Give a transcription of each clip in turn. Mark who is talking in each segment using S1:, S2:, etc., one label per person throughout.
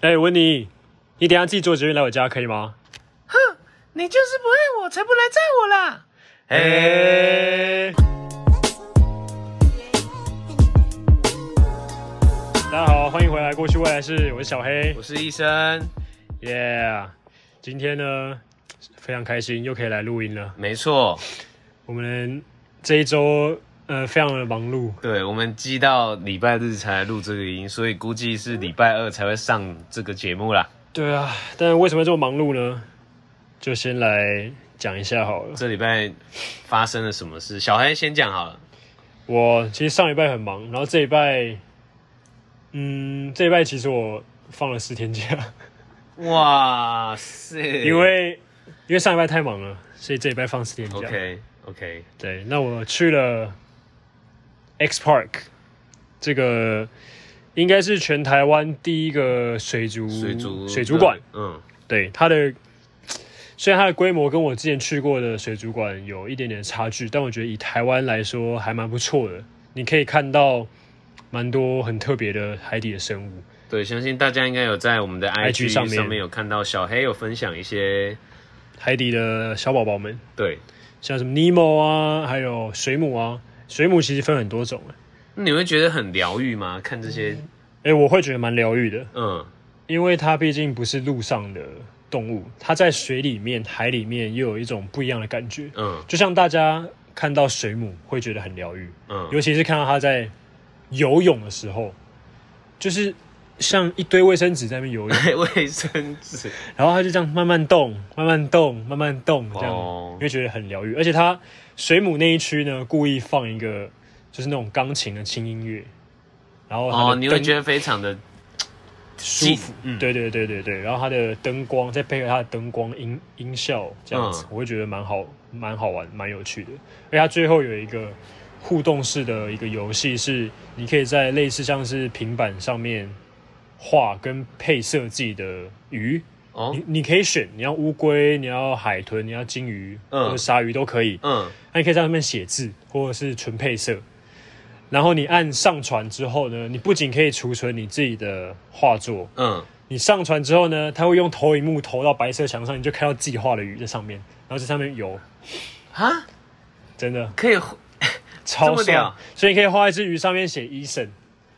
S1: 哎、温妮，你等一下自己坐捷运来我家可以吗？
S2: 哼，你就是不爱我，才不来载我啦！
S1: 哎、大家好，欢迎回来，过去未来式，我是小黑
S2: 我是医生，
S1: ，Yeah。今天呢，非常开心，又可以来录音了。
S2: 没错，
S1: 我们这一周呃非常的忙碌，
S2: 对我们积到礼拜日才来录这个音，所以估计是礼拜二才会上这个节目啦。
S1: 对啊，但为什么这么忙碌呢？就先来讲一下好了。
S2: 这礼拜发生了什么事？小黑先讲好了。
S1: 我其实上礼拜很忙，然后这礼拜，嗯，这礼拜其实我放了四天假。
S2: 哇塞，
S1: 因为因为上礼拜太忙了，所以这礼拜放四天假。
S2: OK OK，
S1: 对，那我去了 X Park，这个应该是全台湾第一个水族
S2: 水族
S1: 嗯水族馆。，
S2: 嗯，
S1: 对，它的虽然它的规模跟我之前去过的水族馆有一点点差距，但我觉得以台湾来说还蛮不错的。你可以看到蛮多很特别的海底的生物。
S2: 对，相信大家应该有在我们的
S1: IG
S2: IG
S1: 上
S2: 上
S1: 面
S2: 面有看到小黑有分享一些，
S1: 海底的小宝宝们，
S2: 对，
S1: 像什么尼莫啊，还有水母啊，水母其实分很多种、欸
S2: 你会觉得很疗愈吗？看这些，
S1: 哎、我会觉得蛮疗愈的，
S2: 嗯，
S1: 因为它毕竟不是陆上的动物，它在水里面、海里面又有一种不一样的感觉。
S2: 嗯
S1: 就像大家看到水母会觉得很疗愈，
S2: 嗯，
S1: 尤其是看到它在游泳的时候，就是像一堆卫生纸在那边游泳，
S2: 卫生纸
S1: 然后它就这样慢慢动、慢慢动、慢慢动，这样、
S2: 哦
S1: 你会觉得很疗愈。而且它水母那一区呢，故意放一个就是那种钢琴的轻音乐，然后它的
S2: 哦，你会
S1: 灯
S2: 觉得非常的
S1: 舒服，
S2: 嗯
S1: 对对对对对，然后它的灯光再配合它的灯光音音效这样子，
S2: 嗯
S1: 我会觉得蛮好蛮好玩蛮有趣的。而且它最后有一个互动式的一个游戏，是你可以在类似像是平板上面画跟配色自己的鱼，
S2: 哦
S1: 你，你可以选你要乌龟、你要海豚、你要金鱼、
S2: 嗯
S1: 或者鲨鱼都可以，
S2: 嗯，
S1: 那你可以在上面写字，或者是纯配色。然后你按上传之后呢，你不仅可以储存你自己的画作，
S2: 嗯，
S1: 你上传之后呢，它会用投影幕投到白色墙上，你就看到自己画的鱼在上面，然后在上面游，
S2: 哈，
S1: 真的
S2: 可以，
S1: 超
S2: 这么
S1: 爽
S2: 屌。
S1: 所以你可以画一只鱼，上面写 Eason，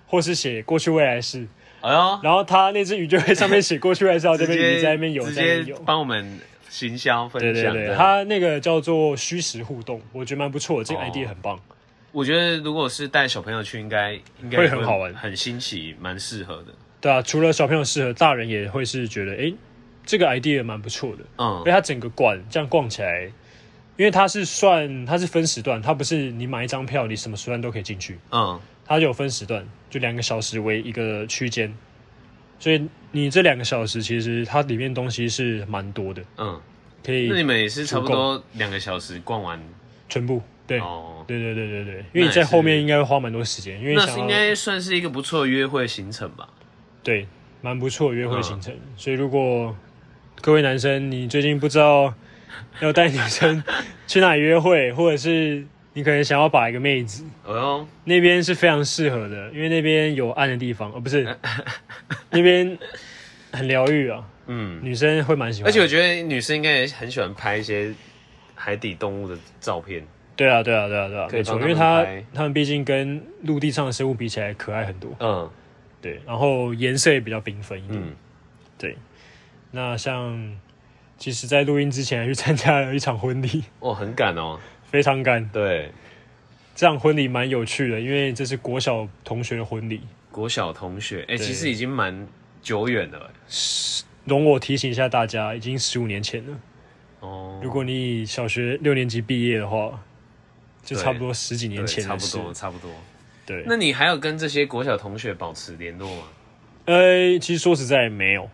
S1: 或是写过去未来式，
S2: 哎呦，
S1: 然后它那只鱼就会上面写过去未来式，然后这
S2: 直
S1: 边鱼
S2: 接
S1: 在那边游，
S2: 直
S1: 在那边
S2: 接
S1: 游。
S2: 帮我们行销分
S1: 对对
S2: 享。
S1: 对，
S2: 样
S1: 它那个叫做虚实互动，我觉得蛮不错的，这个
S2: 哦
S1: idea 很棒。
S2: 我觉得如果是带小朋友去，应该应该
S1: 会很好玩
S2: 很新奇，蛮适合的。
S1: 对啊，除了小朋友适合，大人也会是觉得，诶，这个 idea 蛮不错的。
S2: 嗯
S1: 因为，它整个馆这样逛起来，因为它是算它是分时段，它不是你买一张票，你什么时段都可以进去，
S2: 嗯，
S1: 它有分时段，就两个小时为一个区间，所以你这两个小时其实它里面东西是蛮多的，
S2: 嗯，
S1: 可
S2: 那你
S1: 以
S2: 们也是差不多两个小时逛完
S1: 全部对。
S2: 哦。
S1: 对对对对对，因为
S2: 那
S1: 你
S2: 也
S1: 在后
S2: 是
S1: 面应该会花蛮多时间，因为你
S2: 那
S1: 想
S2: 是
S1: 要
S2: 应该算是一个不错的约会行程吧？
S1: 对，蛮不错的约会
S2: 嗯
S1: 行程。所以如果各位男生，你最近不知道要带女生 去哪里约会，或者是你可能想要把一个妹子，
S2: 哎呦，
S1: 那边是非常适合的，因为那边有暗的地方，哦，不是， 那边很疗愈啊，
S2: 嗯，
S1: 女生会蛮喜欢。
S2: 而且我觉得女生应该也很喜欢拍一些海底动物的照片。
S1: 对啊，对啊，对啊，对啊，
S2: 可以
S1: 没错，
S2: 帮
S1: 因为
S2: 他
S1: 它
S2: 们拍
S1: 它们毕竟跟陆地上的生物比起来可爱很多，
S2: 嗯
S1: 对，然后颜色也比较缤纷一点。
S2: 嗯，
S1: 对，那像其实，在录音之前还去参加了一场婚礼，
S2: 哇，很赶哦。
S1: 非常赶。
S2: 对，
S1: 这场婚礼蛮有趣的，因为这是国小同学的婚礼。
S2: 国小同学，哎、
S1: 对
S2: 其实已经蛮久远了、哎
S1: 容我提醒一下大家，已经十五年前了。
S2: 哦，
S1: 如果你小学六年级毕业的话，就
S2: 对
S1: 差不多十几年
S2: 对
S1: 前
S2: 差
S1: 的
S2: 不
S1: 事。
S2: 多，差不多。
S1: 对，
S2: 那你还有跟这些国小同学保持联络吗？
S1: 呃，其实说实在没有，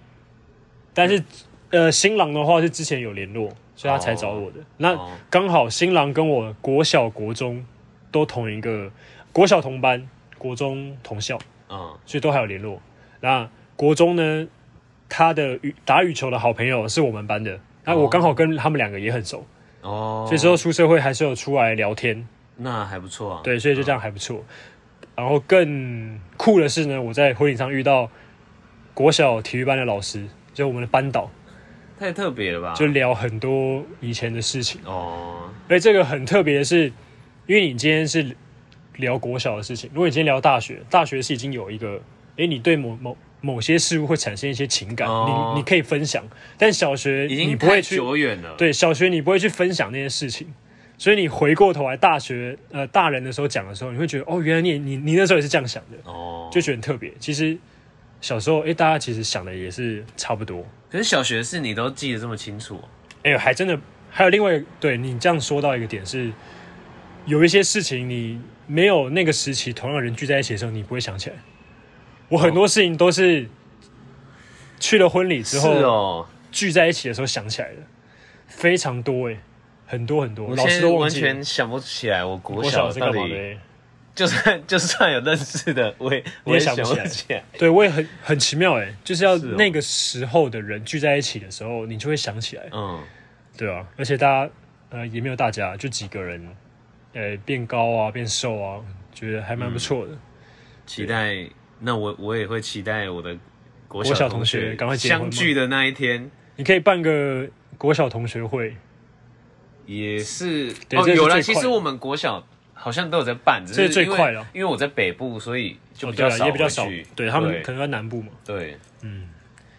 S1: 但
S2: 嗯
S1: 是呃，新郎的话是之前有联络，所以他才找我的。那
S2: 哦，
S1: 刚好新郎跟我国小、国中都同一个国小同班，国中同校，
S2: 嗯，
S1: 所以都还有联络。那国中呢，他的羽打羽球的好朋友是我们班的，那我
S2: 哦
S1: 刚好跟他们两个也很熟，
S2: 哦，
S1: 所以说出社会还是有出来聊天，
S2: 那还不错啊。
S1: 对，所以就这样还不错。然后更酷的是呢，我在婚礼上遇到国小体育班的老师，就我们的班导，
S2: 太特别了吧？
S1: 就聊很多以前的事情。
S2: 哦，
S1: 而且这个很特别的是，因为你今天是聊国小的事情，如果你今天聊大学，大学是已经有一个，诶，你对某某某些事物会产生一些情感，
S2: 哦
S1: 你你可以分享。但小学
S2: 已
S1: 你
S2: 经
S1: 不会
S2: 太
S1: 去，
S2: 久远了。，
S1: 对，小学你不会去分享那些事情，所以你回过头来大学呃大人的时候讲的时候，你会觉得哦，原来你也你你那时候也是这样想的，
S2: 哦，
S1: 就觉得很特别。其实小时候，诶，大家其实想的也是差不多。
S2: 可是小学的事你都记得这么清楚哦、
S1: 哎、呦，还真的还有另外一个对你这样说到一个点是，有一些事情你没有那个时期同样的人聚在一起的时候，你不会想起来。我
S2: 哦
S1: 很多事情都是去了婚礼之后、
S2: 是哦，
S1: 聚在一起的时候想起来的，非常多哎、很多很多，
S2: 我
S1: 老
S2: 现
S1: 师
S2: 在
S1: 都忘
S2: 完
S1: 记了
S2: 全想不起来我国
S1: 国
S2: 小
S1: 小是
S2: 到
S1: 干嘛的
S2: 底，
S1: 欸。
S2: 就算就算有认识的，我也我也
S1: 想
S2: 想
S1: 不
S2: 不
S1: 起来
S2: 起来。
S1: 对，我也很很奇妙哎、就是要
S2: 是哦
S1: 那个时候的人聚在一起的时候，你就会想起来。
S2: 嗯，
S1: 对啊，而且大家呃也没有大家，就几个人，呃变高啊变瘦啊，觉得还蛮不错
S2: 嗯
S1: 的。
S2: 期待。那我我也会期待我的国
S1: 国小同
S2: 同
S1: 学赶快结婚吗
S2: 相聚的那一天，
S1: 你可以办个国小同学会，
S2: 也是
S1: 对
S2: 哦
S1: 这是
S2: 有了。
S1: 最
S2: 其
S1: 快
S2: 实我们国小好像都有在办，只
S1: 这
S2: 是
S1: 是最
S2: 因为
S1: 快了
S2: 因为我在北部，所以就
S1: 哦
S2: 比
S1: 对
S2: 较
S1: 啊
S2: 少
S1: 也
S2: 回去、
S1: 比较少，对他们可能在南部嘛。
S2: 对。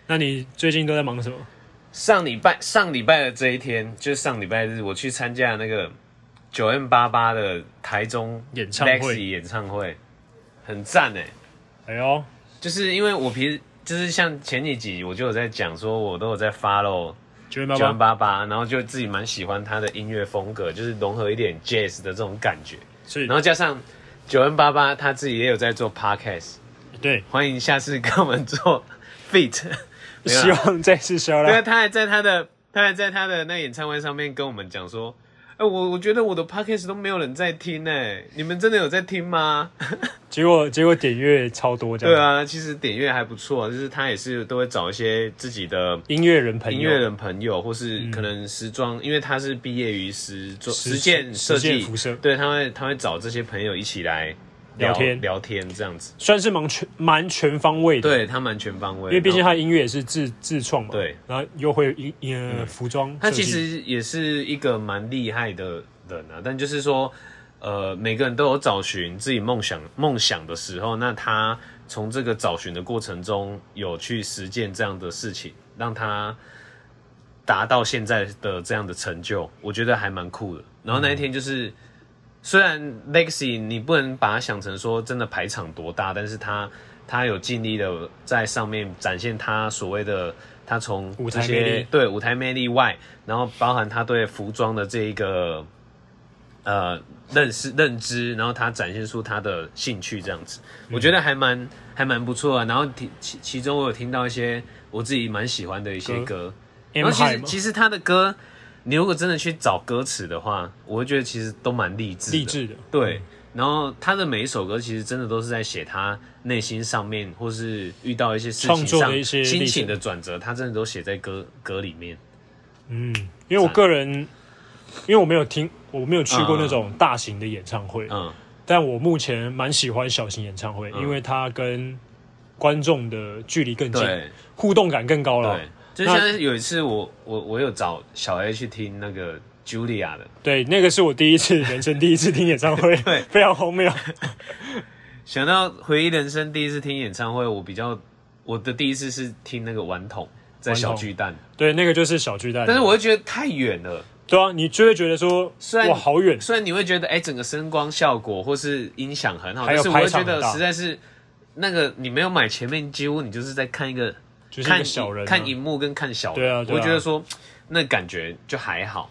S1: 那你最近都在忙什么？
S2: 上礼拜上礼拜的这一天，就是上礼拜日，我去参加那个九 N 八八的台中
S1: 演唱会
S2: Lexi 演唱会，很赞哎！
S1: 哎呦，
S2: 就是因为我平时就是像前几集我就有在讲说，我都有在 follow
S1: 九月
S2: 九
S1: 八
S2: N
S1: 八，
S2: 八八，然后就自己蛮喜欢他的音乐风格，就是融合一点 jazz 的这种感觉，
S1: 是
S2: 然后加上九 N 八八他自己也有在做 podcast，
S1: 对，
S2: 欢迎下次跟我们做 feat，没有啦
S1: 希望这次销
S2: 对啊，
S1: 量。
S2: 他还在他的他还在他的那演唱会上面跟我们讲说，哎、我我觉得我的 podcast 都没有人在听呢、哎你们真的有在听吗？
S1: 结果结果点阅超多，这
S2: 对
S1: 样。，
S2: 啊，其实点阅还不错，就是他也是都会找一些自己的。
S1: 音乐人朋友，嗯
S2: 音乐人朋友，或是可能时装，因为他是毕业于时装
S1: 实
S2: 实践设
S1: 实践
S2: 计
S1: 辐射，
S2: 对，他会他会找这些朋友一起来
S1: 聊天
S2: 聊天这样子，
S1: 算是蛮全蛮全方位的。。
S2: 对他蛮全方位，
S1: 因为毕竟
S2: 然后
S1: 他的音乐也是自自创嘛，
S2: 对，
S1: 然后又会音呃服装设计，
S2: 他其实也是一个蛮厉害的人啊，但就是说，呃，每个人都有找寻自己梦想梦想的时候，那他从这个找寻的过程中有去实践这样的事情，让他达到现在的这样的成就，我觉得还蛮酷的。然后那一天就是。虽然 Lexi 你不能把它想成说真的排场多大，但是他他有尽力的在上面展现他所谓的他从
S1: 舞
S2: 这
S1: 台魅
S2: 些
S1: 力
S2: 对舞台魅力外，然后包含他对服装的这一个呃认识认知，然后他展现出他的兴趣这样子，
S1: 嗯
S2: 我觉得还蛮还蛮不错啊。然后其其其中我有听到一些我自己蛮喜欢的一些
S1: 歌
S2: 歌
S1: M
S2: 然后其
S1: 海
S2: 实
S1: 嘛，
S2: 其实他的歌，你如果真的去找歌词的话，我会觉得其实都蛮励志的。
S1: 励志的，
S2: 对，然后他的每一首歌其实真的都是在写他内心上面，或是遇到一些事
S1: 创
S2: 情
S1: 作的
S2: 上
S1: 一些
S2: 心
S1: 历
S2: 情
S1: 程
S2: 的转折，他真的都写在歌歌里面。
S1: 嗯，因为我个人，因为我没有听，我没有去过那种大型的演唱会，
S2: 嗯，
S1: 但我目前蛮喜欢小型演唱会，
S2: 嗯
S1: 因为它跟观众的距离更近，
S2: 对
S1: 互动感更高了
S2: 对。，就
S1: 那
S2: 像有一次我我我有找小 A 去听那个 Julia 的，
S1: 对，那个是我第一次人生第一次听演唱会，
S2: 对
S1: 非常荒谬。
S2: 想到回忆人生第一次听演唱会，我比较我的第一次是听那个顽童在
S1: 顽童
S2: 小巨蛋，
S1: 对，那个就是小巨蛋。
S2: 但是我会觉得太远了。
S1: 对啊，你就会觉得说
S2: 虽，然
S1: 哇，好远，
S2: 虽然你会觉得哎、整个声光效果或是音响很好，
S1: 还
S2: 但
S1: 有
S2: 是我会
S1: 排场
S2: 觉
S1: 很
S2: 得
S1: 大
S2: 实在是那个你没有买前面，几乎你就是在看一个
S1: 就是一
S2: 看
S1: 个小人、啊。
S2: 看荧幕跟看小人，
S1: 对啊对啊
S2: 我会觉得说那感觉就还好，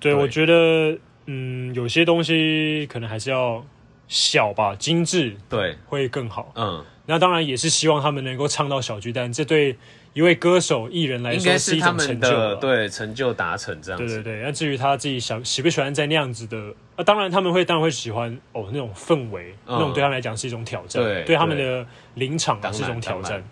S1: 对，
S2: 对
S1: 我觉得，嗯，有些东西可能还是要小吧，精致
S2: 对，
S1: 会更好。
S2: 嗯，
S1: 那当然也是希望他们能够唱到小巨蛋，这对一位歌手艺人来
S2: 应
S1: 说
S2: 该
S1: 是
S2: 是
S1: 一
S2: 他
S1: 种成
S2: 们
S1: 就
S2: 的
S1: 吧。
S2: 对成就达成这样
S1: 对
S2: 子，
S1: 对对，那至于他自己想喜不喜欢在那样子的，啊，当然他们会当然会喜欢哦那种氛围，那种对他们来讲是一种挑战，
S2: 嗯对
S1: 对他们
S2: 对
S1: 的临场啊
S2: 当然
S1: 是一种挑
S2: 当
S1: 战
S2: 然，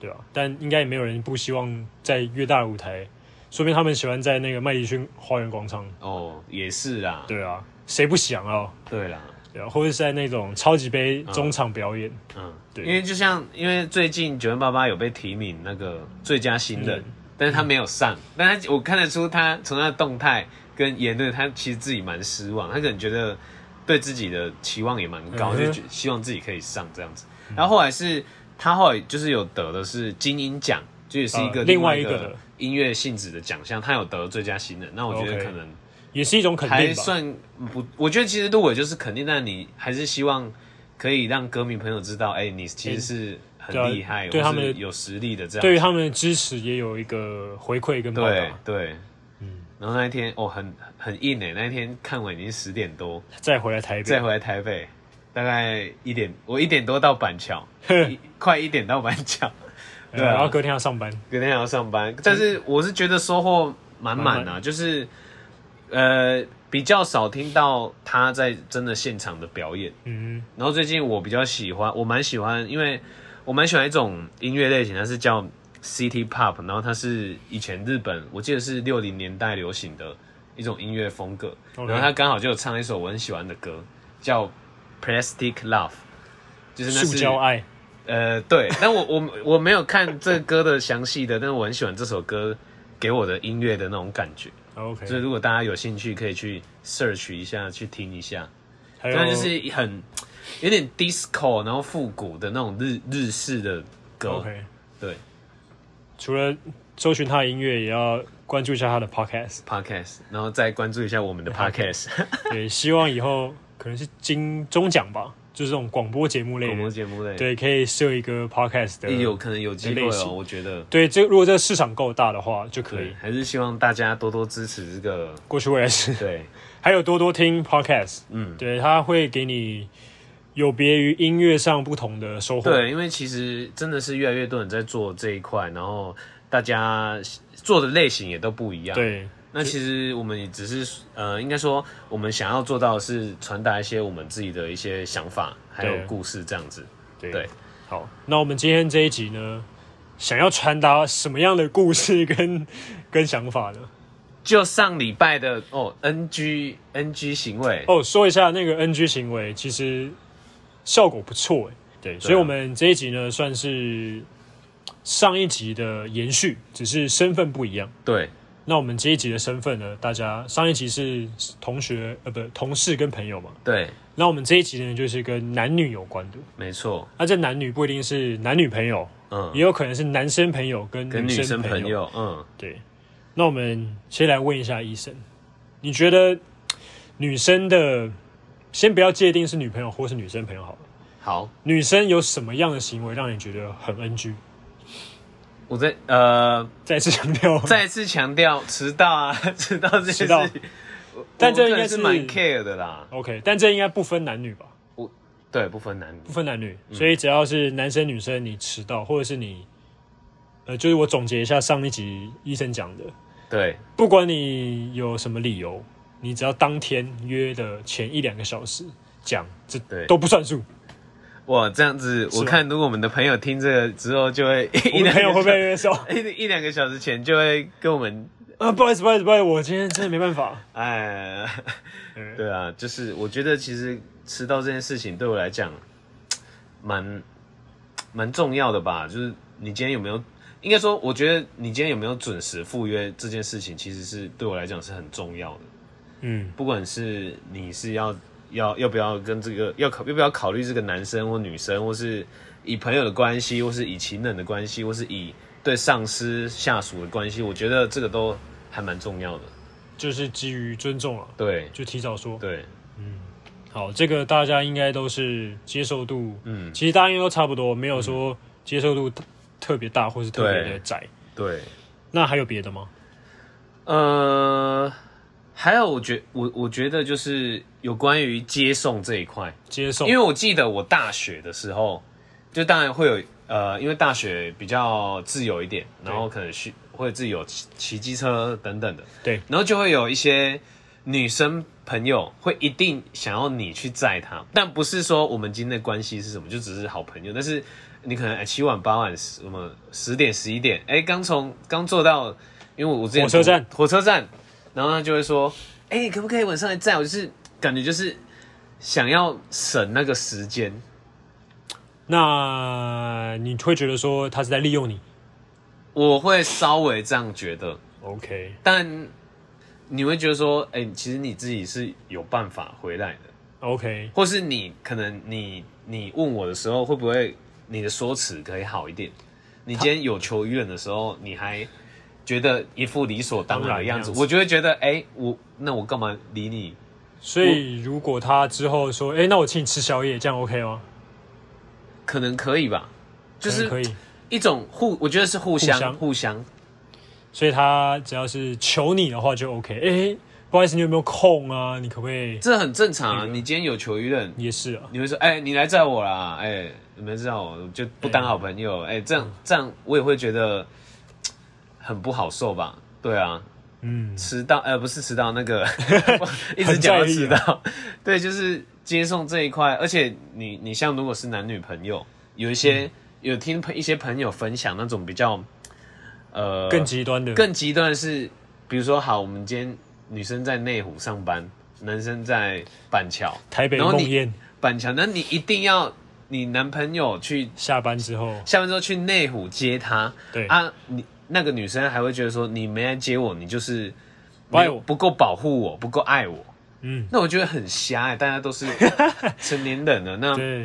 S1: 对吧、但应该也没有人不希望在越大的舞台，说明他们喜欢在那个麦迪逊花园广场，
S2: 哦，也是啊，
S1: 对啊，谁不想啊？
S2: 对啦，
S1: 对啊，或者是在那种超级杯中场表演，
S2: 嗯，
S1: 对
S2: 因为就像因为最近九零八八有被提名那个最佳新人，
S1: 嗯
S2: 但是他没有上，但他我看得出他从他的动态跟言论，他其实自己蛮失望，他可能觉得对自己的期望也蛮高，
S1: 嗯哼嗯
S2: 就觉希望自己可以上这样子。然后后来是他后来就是有得的是金鹰奖，就也是一个
S1: 呃另外
S2: 一
S1: 一个
S2: 个音乐性质的奖项，他有得最佳新人，那我觉得
S1: OK
S2: 可能
S1: 也是一种肯
S2: 还
S1: 定吧。
S2: 算不，我觉得其实入围就是肯定，但你还是希望可以让歌迷朋友知道，哎、你其实是很
S1: 对啊
S2: 厉害，
S1: 对
S2: 或
S1: 他们
S2: 是
S1: 的
S2: 有实力的这样。
S1: 对于他们的支持也有一个回馈跟报
S2: 啊对
S1: 答。
S2: 对，嗯。然后那一天哦，很很硬哎，那一天看完已经十点多，
S1: 再回来台北
S2: 再，回来台北，大概一点，我一点多到板 桥，一快一点到板桥，
S1: 呃
S2: 对啊
S1: 然后隔天要上班。
S2: 隔天还要上班，但是我是觉得收获满满
S1: 满
S2: 啊，就是呃比较少听到他在真的现场的表演。
S1: 嗯，
S2: 然后最近我比较喜欢，我蛮喜欢，因为我蛮喜欢一种音乐类型，它是叫 City Pop，然后它是以前日本，我记得是六零年代流行的一种音乐风格。
S1: OK
S2: 然后他刚好就有唱一首我很喜欢的歌，叫 Plastic Love，就是那是
S1: 塑胶爱，
S2: 呃，对，但我我我没有看这个歌的详细的，但是我很喜欢这首歌给我的音乐的那种感觉，
S1: OK，
S2: 所以如果大家有兴趣，可以去 search 一下，去听一下。
S1: 还有
S2: 它就是很有点 disco，然后复古的那种日日式的歌。
S1: OK。
S2: 对
S1: 除了搜寻他的音乐，也要关注一下他的 Podcast。
S2: ，podcast，然后再关注一下我们的
S1: 哎
S2: podcast
S1: 对，希望以后可能是金钟奖吧，就是这种广播节目类
S2: 广播
S1: 的，
S2: 节目类，
S1: 对，可以设一个 Podcast 的。
S2: 欸，有可能有机会
S1: 类
S2: 哦，
S1: 型
S2: 我觉得。
S1: 对，这如果这个市场够大的话，就可
S2: 对，
S1: 以。
S2: 还是希望大家多多支持这个。
S1: 过去我也是，
S2: 对，
S1: 还有多多听 Podcast，
S2: 嗯，
S1: 对，它会给你有别于音乐上不同的收获。
S2: 对，因为其实真的是越来越多人在做这一块，然后大家做的类型也都不一样。，
S1: 对
S2: 那其实我们也只是呃，应该说我们想要做到的是传达一些我们自己的一些想法，还有
S1: 对啊
S2: 故事这样子。
S1: 对
S2: 对
S1: 好，那我们今天这一集呢，想要传达什么样的故事跟跟想法呢？
S2: 就上礼拜的哦，NG NG 行为，
S1: 哦，说一下那个 NG 行为，其实效果不错哎。
S2: 啊
S1: 对，所以我们这一集呢，算是上一集的延续，只是身份不一样。
S2: 对
S1: 那我们这一集的身份呢，大家上一集是同学呃不同事跟朋友嘛，
S2: 对，
S1: 那我们这一集呢就是跟男女有关的。
S2: 没错，
S1: 那这男女不一定是男女朋友，
S2: 嗯
S1: 也，有可能是男生朋友跟
S2: 跟女
S1: 生
S2: 生
S1: 朋
S2: 朋友，嗯，
S1: 对，那我们先来问一下医生，你觉得女生的，先不要界定是女朋友或是女生朋友好了，
S2: 好，
S1: 女生有什么样的行为让你觉得很 NG？
S2: 我在呃
S1: 再次强调，
S2: 再次强调，迟到啊， 迟到这件事
S1: 迟到
S2: 情，我
S1: 但这
S2: 我个
S1: 应
S2: 人
S1: 该
S2: 是
S1: 是
S2: 蛮 care 的啦，
S1: OK，但这应该不分男女吧？
S2: 我对不分男女
S1: 不，分男女，
S2: 嗯
S1: 所以只要是男生女生，你迟到或者是你，呃，就是我总结一下上一集医生讲的，
S2: 对
S1: 不管你有什么理由，你只要当天约的前一两个小时讲，这
S2: 对
S1: 都不算数。
S2: 哇，这样子，
S1: 吧
S2: 我看如果我们的朋友听这个之后，就会
S1: 啊我们
S2: 一两
S1: 朋友
S2: 个
S1: 会不会约少？
S2: 小一一两个小时前就会跟我们，
S1: 啊，不好意思，不好意思，不好意思，我今天真的没办法。
S2: 哎，
S1: 嗯
S2: 对啊，就是我觉得其实迟到这件事情对我来讲，蛮蛮重要的吧。就是你今天有没有，应该说，我觉得你今天有没有准时赴约这件事情，其实是对我来讲是很重要的。
S1: 嗯，
S2: 不管是你是要要要不要跟这个要考要不要考虑这个男生或女生，或是以朋友的关系，或是以情人的关系，或是以对上司下属的关系，我觉得这个都还蛮重要的。
S1: 就是基于尊重了，
S2: 对
S1: 就提早说。
S2: 对，
S1: 好，这个大家应该都是接受度，
S2: 嗯，
S1: 其实大家应该都差不多，没有说接受度特特别大或是特别
S2: 对
S1: 的窄。
S2: 对。
S1: 那还有别的吗？
S2: 呃，还有我觉我我觉得就是有关于接送这一块，
S1: 接受
S2: 因为我记得我大学的时候，就当然会有呃，因为大学比较自由一点，然后可能去会自己有骑骑机车等等的，
S1: 对，
S2: 然后就会有一些女生朋友会一定想要你去载她，但不是说我们今天的关系是什么，就只是好朋友，但是你可能哎七晚八晚什么十点十一点，哎刚从刚坐到，因为我我之前
S1: 火车站
S2: 火车站，然后他就会说，哎、你可不可以晚上来载我？就是感觉就是想要省那个时间。
S1: 那你会觉得说他是在利用你
S2: 我会稍微这样觉得，
S1: ？OK，
S2: 但你会觉得说，哎、其实你自己是有办法回来的，
S1: OK，
S2: 或是你可能你你问我的时候，会不会你的说辞可以好一点？你今天有求于人的时候，你还觉得一副理所当然的样
S1: 当然的
S2: 子，
S1: 样子
S2: 我就会觉得，哎、我那我干嘛理你？
S1: 所以如果他之后说，哎、那我请你吃宵夜，这样 OK 吗？
S2: 可能可以吧，就
S1: 可能可
S2: 是
S1: 以。
S2: 一种互，我觉得是互相
S1: 互相
S2: 互相
S1: 所以他只要是求你的话就 OK。哎、不好意思，你有没有空啊？你可不可以？
S2: 这很正常
S1: 嗯
S2: 啊。你今天有求于人，
S1: 也是啊，
S2: 你会说，哎、你来载我啦，哎、你们知道我就不当好朋友，哎、这样
S1: 嗯
S2: 这样我也会觉得嘖很不好受吧？对啊，
S1: 嗯，
S2: 迟到，呃，不是迟到，那 个 一直讲到迟
S1: 啊
S2: 到， 对，就是接送这一块，而且你你像如果是男女朋友，有一些、
S1: 嗯
S2: 有听朋一些朋友分享那种比较呃
S1: 更极端的，
S2: 更极端的是，比如说好，我们今天女生在内湖上班，男生在板桥，
S1: 台北
S2: 然后
S1: 梦
S2: 你
S1: 魇
S2: 板桥，那你一定要你男朋友去
S1: 下班之后，
S2: 下班之后去内湖接他
S1: 对，
S2: 啊，你那个女生还会觉得说你没来接我，你就是
S1: 不爱我
S2: 不够保护我，不够爱我。
S1: 嗯，
S2: 那我觉得很瞎哎、大家 都是成年人了，那
S1: 对，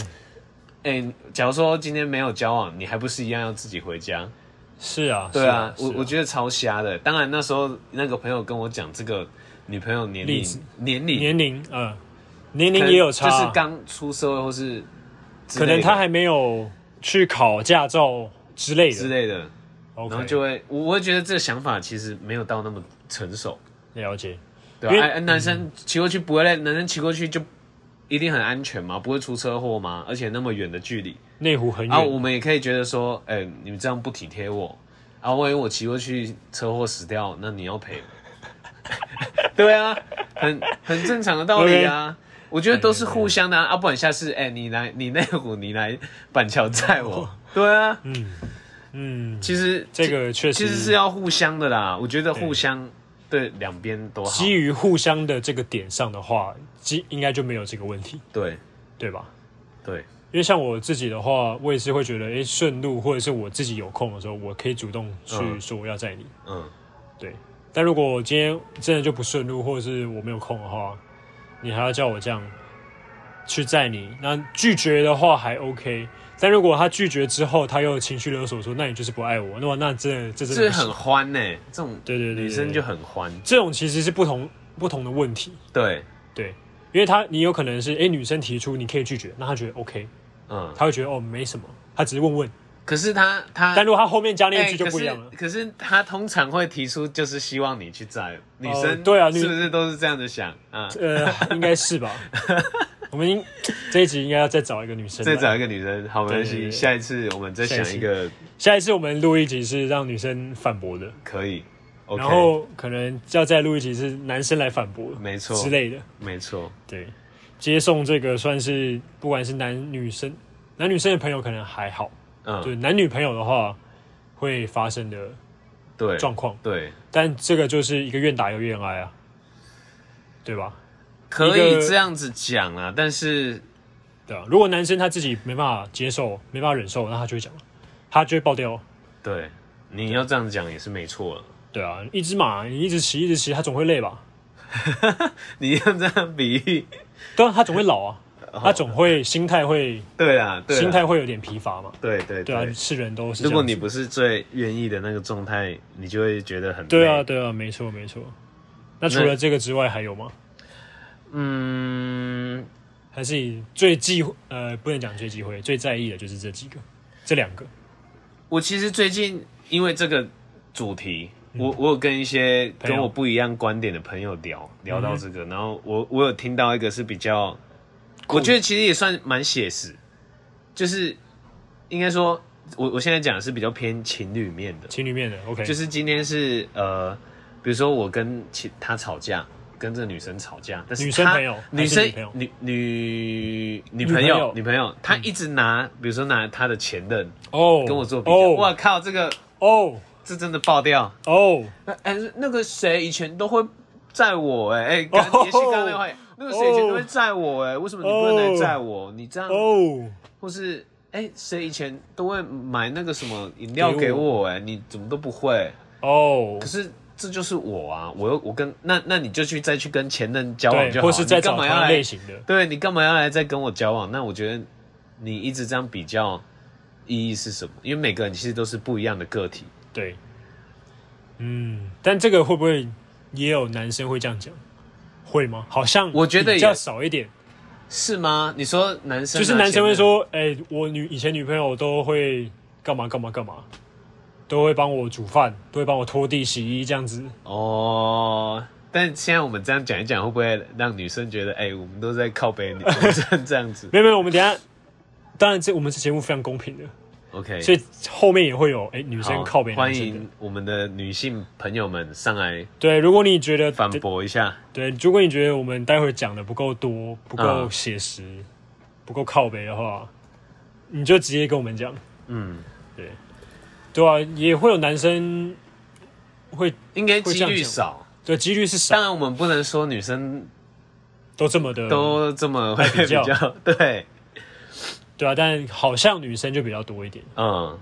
S2: 哎、假如说今天没有交往，你还不是一样要自己回家？
S1: 是啊，
S2: 对啊，
S1: 是
S2: 我我
S1: 得
S2: 觉得超瞎的。当然那时候那个朋友跟我讲这个女朋友年
S1: 例
S2: 龄
S1: 子
S2: 年龄
S1: 年龄，呃，年
S2: 可
S1: 龄
S2: 能
S1: 也有差
S2: 就
S1: 啊，
S2: 是刚出社会或是之
S1: 可
S2: 类
S1: 能
S2: 的
S1: 他还没有去考驾照之类
S2: 之
S1: 的，
S2: 类的。
S1: o k
S2: 然后就会，我我会觉得这个想法其实没有到那么成熟，
S1: 了解。
S2: 对吧、
S1: 因为
S2: 哎、哎男生骑过去不会累，男生骑过去就一定很安全嘛，不会出车祸嘛，而且那么远的距离，
S1: 内湖很远、
S2: 啊，我们也可以觉得说，哎、你们这样不体贴我，啊，万一我骑过去车祸死掉，那你要赔。 对啊，很很正常的道理啊。我觉得都是互相的啊，啊不然下次哎、你来你内湖，你来板桥载我。对啊，
S1: 嗯嗯，
S2: 其实
S1: 哦这个确
S2: 其
S1: 实
S2: 实是要互相的啦，我觉得互相对两边都好
S1: 基。于互相的这个点上的话，基应该就没有这个问题，
S2: 对
S1: 对吧？
S2: 对，
S1: 因为像我自己的话，我也是会觉得，诶，顺路或者是我自己有空的时候，我可以主动去
S2: 嗯
S1: 说我要载你。
S2: 嗯，
S1: 对，但如果我今天真的就不顺路，或者是我没有空的话，你还要叫我这样去载你，那拒绝的话还 OK。但如果他拒绝之后，他又情绪勒索说，那你就是不爱我，那么那这这真的
S2: 这
S1: 不行
S2: 很欢呢、这种
S1: 对对对对
S2: 女生就很欢。
S1: 这种其实是不同不同的问题，
S2: 对，
S1: 对，因为他你有可能是诶女生提出你可以拒绝，那他觉得 OK，
S2: 嗯，
S1: 他会觉得哦没什么，他只是问问。
S2: 可是他他
S1: 但如果他后面加那一
S2: 哎，
S1: 句
S2: 可
S1: 就是不一样了。
S2: 可是他通常会提出，就是希望你去载女生、
S1: 对啊女
S2: 是不是都是这样子想啊？
S1: 呃，应该是 吧。我们应这一集应该要再找一个女生来。
S2: 再找一个女生，好，没关
S1: 对对对
S2: 系，下一次我们再想一个
S1: 下一次我们录一集是让女生反驳的
S2: 可以。OK，
S1: 然后可能要再录一集是男生来反驳，
S2: 没错
S1: 之类的。
S2: 没错，
S1: 对，接送这个算是不管是男女生，男女生的朋友可能还好，对
S2: 嗯，
S1: 男女朋友的话会发生的
S2: 对，
S1: 状况，
S2: 对，
S1: 但这个就是一个愿打一个愿挨啊，对吧？
S2: 可以这样子讲啊，但是
S1: 对啊，如果男生他自己没办法接受、没办法忍受，那他就会讲，他就会爆掉。
S2: 对你要这样讲也是没错的。
S1: 对啊，一只马你一直骑一直骑，它总会累吧？
S2: 你要这样比喻，
S1: 对啊，它总会老啊，它总会心态会
S2: 对啊，哦对啊，
S1: 心态会有点疲乏嘛。
S2: 对对
S1: 对啊，是人都是这样子。
S2: 如果你不是最愿意的那个状态，你就会觉得很累
S1: 对啊，，对啊，没错没错。那除了这个之外还有吗？
S2: 嗯，
S1: 还是你最忌呃不能讲最忌讳，最在意的就是这几个，这两个。
S2: 我其实最近因为这个主题，
S1: 嗯
S2: 我我有跟一些
S1: 朋友
S2: 跟我不一样观点的朋友聊聊到这个，
S1: 嗯
S2: 然后我我有听到一个是比较，我觉得其实也算蛮写实，就是应该说，我我现在讲的是比较偏情侣面的，
S1: 情侣面的 OK，
S2: 就是今天是呃，比如说我跟其他吵架，跟这个女生吵架，但是
S1: 女生
S2: 她
S1: 朋友还
S2: 女
S1: 是
S2: 生
S1: 女朋友
S2: 女女女
S1: 朋
S2: 朋
S1: 友嗯
S2: 友女朋友，她一直拿，比如说拿她的前任
S1: 哦，
S2: 跟我做比较，
S1: 哦
S2: 哇靠，这个
S1: 哦
S2: 这真的爆掉！
S1: 哦，哦
S2: 哎、那个谁以前都会载我、哎哎，刚也许刚才会，那个谁以前都会载我哎、为什么你不能来载我？你这样，
S1: 哦，
S2: 或是哎，谁、以前都会买那个什么饮料给我哎、你怎么都不会？
S1: 哦
S2: 可，是这就是我啊，我又我跟那那你就去再去跟前任交往
S1: 对，
S2: 就好，
S1: 或是在
S2: 你
S1: 找
S2: 干
S1: 同
S2: 嘛要
S1: 样类
S2: 来？
S1: 型的，
S2: 对你干嘛要来再跟我交往？那我觉得你一直这样比较意义是什么？因为每个人其实都是不一样的个体。
S1: 对，嗯，但这个会不会也有男生会这样讲？会吗？好像
S2: 我觉得
S1: 比较
S2: 也
S1: 少一点，
S2: 是吗？你说男生
S1: 就是
S2: 拿
S1: 男生会
S2: 前任
S1: 说：“哎、我女以前女朋友都会干嘛干嘛干嘛，都会帮我煮饭，都会帮我拖地、洗衣这样子。
S2: 哦，但现在我们这样讲一讲，会不会让女生觉得，哎、我们都在靠 北女生这样子”
S1: 没有没有，我们等一下，当然这我们这节目非常公平的，
S2: ？OK，
S1: 所以后面也会有哎、女
S2: 好
S1: 生靠北男
S2: 欢
S1: 生的
S2: 迎我们的女性朋友们上来
S1: 对，如果你觉得
S2: 反驳一下。
S1: 对，如果你觉得我们待会讲的不够多、不够
S2: 嗯
S1: 写实、不够靠北的话，你就直接跟我们讲。
S2: 嗯，
S1: 对，对啊，也会有男生会，
S2: 应该
S1: 会这
S2: 几
S1: 样
S2: 率
S1: 讲
S2: 少。
S1: 对，几率是少，
S2: 当然，我们不能说女生
S1: 都这么的，
S2: 都这么会
S1: 嗯比
S2: 比
S1: 较
S2: 较， 对，
S1: 对啊，但好像女生就比较多一点，
S2: 嗯，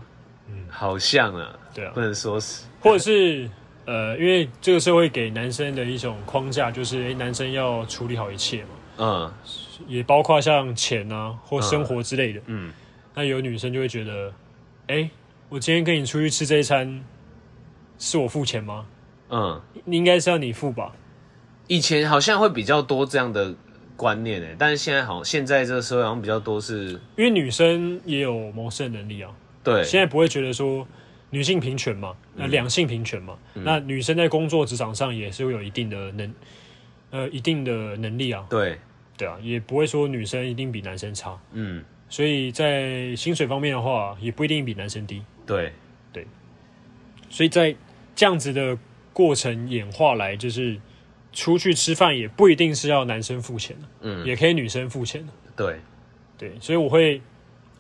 S2: 好像啊，
S1: 对啊
S2: 不，能说是，
S1: 或者是呃，因为这个社会给男生的一种框架就是，哎、男生要处理好一切嘛，
S2: 嗯
S1: 也包括像钱啊或生活之类的。
S2: 嗯，
S1: 那有女生就会觉得，哎、我今天跟你出去吃这一餐，是我付钱吗？
S2: 嗯，
S1: 应该是要你付吧？
S2: 以前好像会比较多这样的观念诶，但是现在好，现在这个社会好像比较多是，
S1: 因为女生也有谋生的能力啊，
S2: 对，嗯
S1: 现在不会觉得说女性平权嘛，那两性平权嘛，那女生在工作职场上也是会有一定的能，呃，一定的能力啊，
S2: 对，
S1: 对啊，也不会说女生一定比男生差，
S2: 嗯，
S1: 所以在薪水方面的话，也不一定比男生低，
S2: 对，
S1: 所以在这样子的过程演化来，就是出去吃饭也不一定是要男生付钱的，
S2: 嗯，
S1: 也可以女生付钱的，啊
S2: 对，
S1: 对，所以我会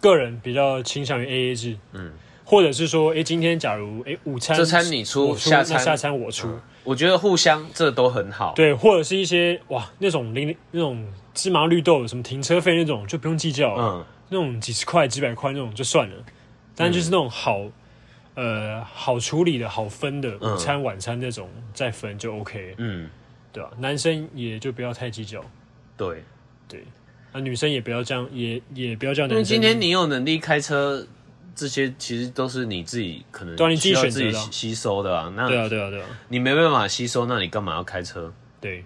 S1: 个人比较倾向于 AA 制，
S2: 嗯，
S1: 或者是说，哎、今天假如哎、午餐
S2: 这餐你出
S1: 我出，
S2: 下餐嗯
S1: 那下餐我出，
S2: 我觉得互相这都很好，
S1: 对，或者是一些哇那种零那种芝麻绿豆什么停车费那种就不用计较了，
S2: 嗯，
S1: 那种几十块几百块那种就算了，但就是那种好。呃，好处理的好分的
S2: 嗯
S1: 午餐、晚餐那种再分就 OK，了
S2: 嗯，
S1: 对吧、男生也就不要太计较，
S2: 对，
S1: 对，那女生也不要这样，也也不要叫
S2: 因为
S1: 男生。
S2: 今天你有能力开车，这些其实都是你自己可能
S1: 对啊你自己
S2: 需要
S1: 选择
S2: 自
S1: 的啊
S2: 己吸吸收的啊。
S1: 对
S2: 那
S1: 啊，对啊，对啊，
S2: 你没办法吸收，那你干嘛要开车？
S1: 对，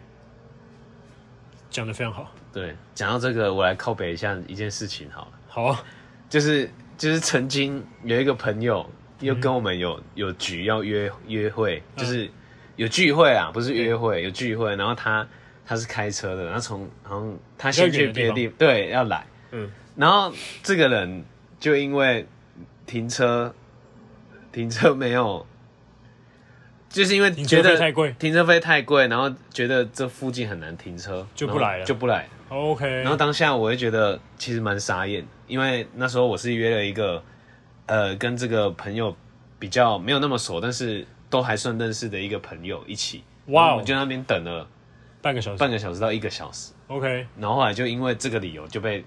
S1: 讲的非常好，
S2: 对，讲到这个，我来靠北一下一件事情好了，
S1: 好啊，
S2: 就是就是曾经有一个朋友又跟我们有、有局要约约会，
S1: 嗯
S2: 就是有聚会啊，不是约会，有聚会，然后他他是开车的，然后从好像他先
S1: 比较远的
S2: 去别的
S1: 地
S2: 地，对，要来，
S1: 嗯，
S2: 然后这个人就因为停车，停车没有，就是因为
S1: 停
S2: 觉
S1: 车费
S2: 得
S1: 太贵
S2: 停车费太贵，然后觉得这附近很难停车，
S1: 就不
S2: 然后
S1: 来了
S2: 就不来。
S1: ，OK，
S2: 然后当下我会觉得其实蛮傻眼，因为那时候我是约了一个，呃，跟这个朋友比较没有那么熟，但是都还算认识的一个朋友一起，然后
S1: 哇
S2: 我
S1: 哦
S2: 们就，在那边等了
S1: 半个小时
S2: 半个小时到一个小时，
S1: ，OK，
S2: 然后后来就因为这个理由就被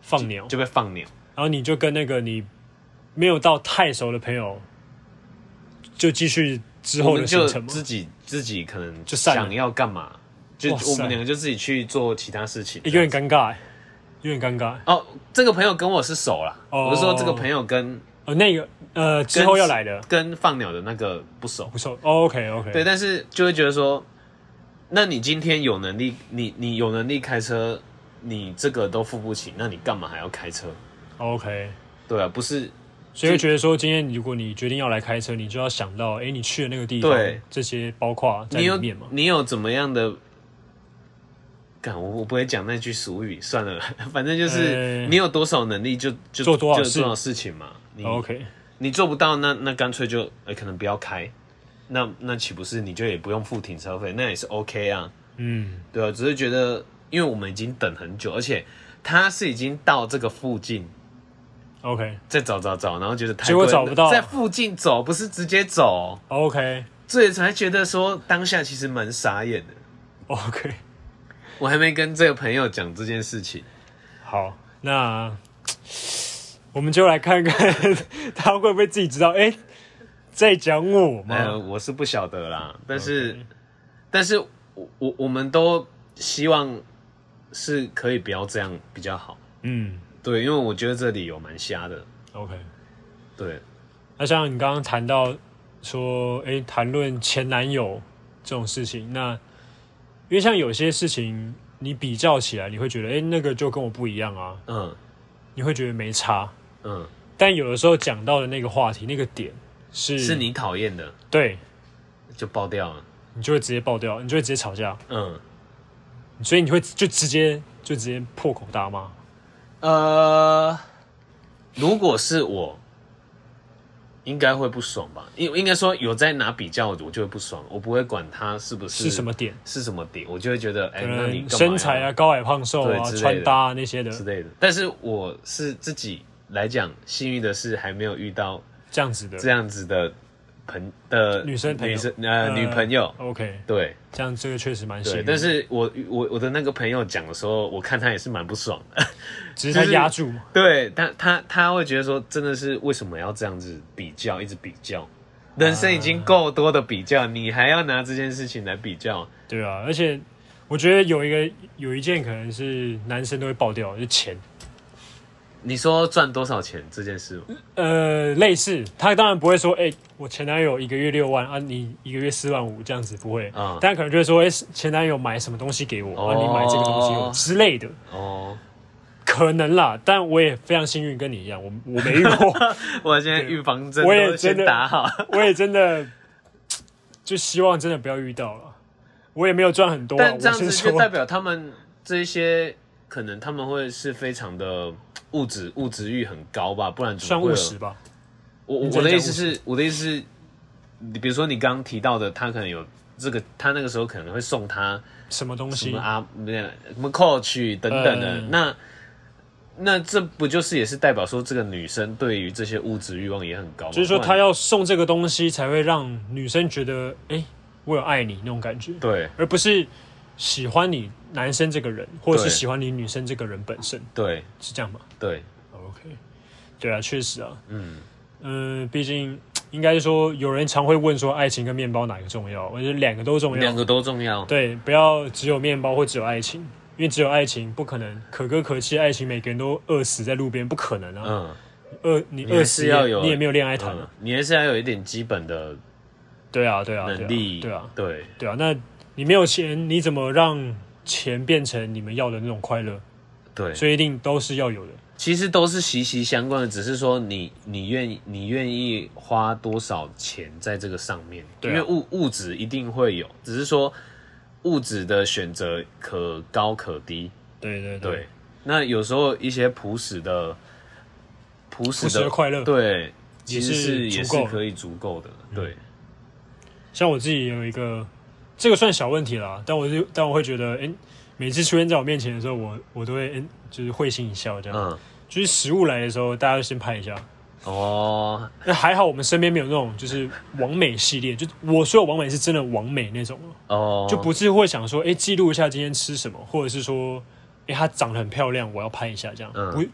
S1: 放鸟，
S2: 就被放鸟。
S1: 然后你就跟那个你没有到太熟的朋友，就继续之
S2: 我
S1: 后
S2: 们
S1: 的
S2: 就
S1: 行程嘛
S2: 自，己自己可能
S1: 就散了
S2: 想要干嘛，就
S1: 哇塞
S2: 我们两个就自己去做其他事情。
S1: 欸有点尴尬、欸，有点尴尬、欸。
S2: 哦，这个朋友跟我是熟啦，
S1: 哦
S2: 我是说这个朋友跟
S1: 哦，那个呃，之后要来的，
S2: 跟放鸟的那个不熟，
S1: 不错、哦、，OK OK，
S2: 对，但是就会觉得说，那你今天有能力，你你有能力开车，你这个都付不起，那你干嘛还要开车？
S1: ，OK。
S2: 对啊，不是
S1: 所以会觉得说，今天如果你决定要来开车，你就要想到，哎、你去的那个地方
S2: 对，
S1: 这些包括在
S2: 你有
S1: 里面嘛？
S2: 你有怎么样的？干我我不会讲那句俗语，算了， 反正就是、
S1: 呃
S2: 你有多少能力就就
S1: 做多少
S2: 就
S1: 事
S2: 多少事情嘛。你、
S1: OK，
S2: 你做不到，那那干脆就、呃、可能不要开，那那岂不是你就也不用付停车费，那也是 OK 啊，
S1: 嗯，
S2: 对啊，只是觉得因为我们已经等很久，而且他是已经到这个附近。
S1: OK
S2: 再找找找，然后觉得太
S1: 结果
S2: 贵
S1: 找不到
S2: 在附近走不是直接走，
S1: OK
S2: 所以才觉得说当下其实蛮傻眼的。
S1: OK，
S2: 我还没跟这个朋友讲这件事情。
S1: 好，那我们就来看看他会不会自己知道，哎、在讲我吗？
S2: 呃，我是不晓得啦，但是但是我我我们都希望是可以不要这样比较好。
S1: 嗯
S2: 对，因为我觉得这理由蛮瞎的。
S1: ，OK。
S2: 对，
S1: 那像你刚刚谈到说，哎、谈论前男友这种事情，那因为像有些事情你比较起来，你会觉得，哎、那个就跟我不一样啊，
S2: 嗯
S1: 你会觉得没差。
S2: 嗯，
S1: 但有的时候讲到的那个话题、那个点是
S2: 是你讨厌的
S1: 对，
S2: 就爆掉了。
S1: 你就会直接爆掉，你就会直接吵架，
S2: 嗯，
S1: 所以你会就直接就直接破口大骂。
S2: 呃，如果是我，应该会不爽吧？应应该说有在拿比较，我就会不爽，我不会管他是不是
S1: 是什么点？
S2: 是什么点，我就会觉得，哎、
S1: 可
S2: 那你
S1: 能
S2: 干嘛
S1: 身材
S2: 要
S1: 啊、高矮胖瘦
S2: 对
S1: 啊、
S2: 之类的
S1: 穿搭啊那些的，
S2: 之类的。但是我是自己来讲，幸运的是还没有遇到
S1: 这样子的
S2: 这样子的朋的
S1: 女生朋友
S2: 女生呃女朋友，
S1: OK，
S2: 对
S1: 这样这个确实蛮幸
S2: 对。
S1: 运。
S2: 但是我我我的那个朋友讲的时候，我看他也是蛮不爽 的，
S1: 只是他
S2: 就是
S1: 压住嘛。
S2: 对他他他会觉得说，真的是为什么要这样子比较，一直比较。人生已经够多的比较，你还要拿这件事情来比较？
S1: 对啊，而且我觉得有一个有一件可能是男生都会爆掉，就是钱。
S2: 你说赚多少钱这件事吗？
S1: 呃，类似，他当然不会说，哎、我前男友一个月六万啊，你一个月四万五这样子，不会。
S2: 嗯
S1: 但可能就会说，哎、前男友买什么东西给我，啊，你买这个东西给我
S2: 哦
S1: 之类的，
S2: 哦，
S1: 可能啦。但我也非常幸运，跟你一样，我我没 遇过，
S2: 我现在预防针
S1: 我也
S2: 都先
S1: 真的
S2: 打好。
S1: 我也真的就希望真的不要遇到了。我也没有赚很多、啊，
S2: 但这
S1: 我
S2: 样
S1: 是
S2: 子
S1: 说
S2: 就代表他们这一些可能他们会是非常的物质物质欲很高吧，不然怎
S1: 算
S2: 么会
S1: 务
S2: 有
S1: 实吧。
S2: 我我
S1: 你这
S2: 我
S1: 样
S2: 的
S1: 讲
S2: 意思
S1: 务实
S2: 是，我的意思是，你比如说你刚刚提到的，他可能有这个，他那个时候可能会送他
S1: 什么东
S2: 什
S1: 西
S2: 么？啊，没有什么 coach 等等的，
S1: 嗯
S2: 那那这不就是也是代表说这个女生对于这些物质欲望也很高吗？
S1: 就是说，
S2: 不然
S1: 他要送这个东西，才会让女生觉得，哎、我有爱你那种感觉。
S2: 对
S1: 而不是喜欢你男生这个人，或者是
S2: 对
S1: 喜欢你女生这个人本身，
S2: 对
S1: 是这样吗
S2: 对，
S1: ？OK，对啊，确实啊，
S2: 嗯，
S1: 嗯，毕竟应该是说，有人常会问说，爱情跟面包哪个重要？我觉得两个都重要，
S2: 两个都重要，
S1: 对，不要只有面包或只有爱情，因为只有爱情不可能可歌可泣，爱情每个人都饿死在路边，不可能啊，
S2: 嗯。
S1: 饿你
S2: 你还
S1: 饿
S2: 是
S1: 死
S2: 要
S1: 也
S2: 有
S1: 你也没有恋爱谈
S2: 嗯
S1: 啊，，
S2: 你还是要有一点基本的
S1: 对啊，对啊，对啊
S2: 嗯能力，
S1: 对啊，
S2: 对
S1: 对啊，那你没有钱，你怎么让钱变成你们要的那种快乐？
S2: 对
S1: 所以一定都是要有的。
S2: 其实都是息息相关的，只是说你你愿意你愿意花多少钱在这个上面，
S1: 对啊
S2: 因为物物质一定会有，只是说物质的选择可高可低，
S1: 对对
S2: 对。那有时候一些朴实的朴实
S1: 朴实的快乐
S2: 对，其
S1: 也
S2: 实
S1: 是
S2: 是也
S1: 足够
S2: 是
S1: 的
S2: 可以足够的，对，
S1: 像我自己有一个，这个算小问题啦，但我就但我会觉得，哎、每次出现在我面前的时候，我我都会，哎、就是会心一笑这样。
S2: 嗯，
S1: 就是食物来的时候，大家就先拍一下。
S2: 哦，
S1: 那还好，我们身边没有那种就是完美系列，就是我说的完美是真的完美那种，
S2: 哦，
S1: 就不是会想说，哎、记录一下今天吃什么，或者是说，哎、她长得很漂亮，我要拍一下这样。
S2: 嗯
S1: 不，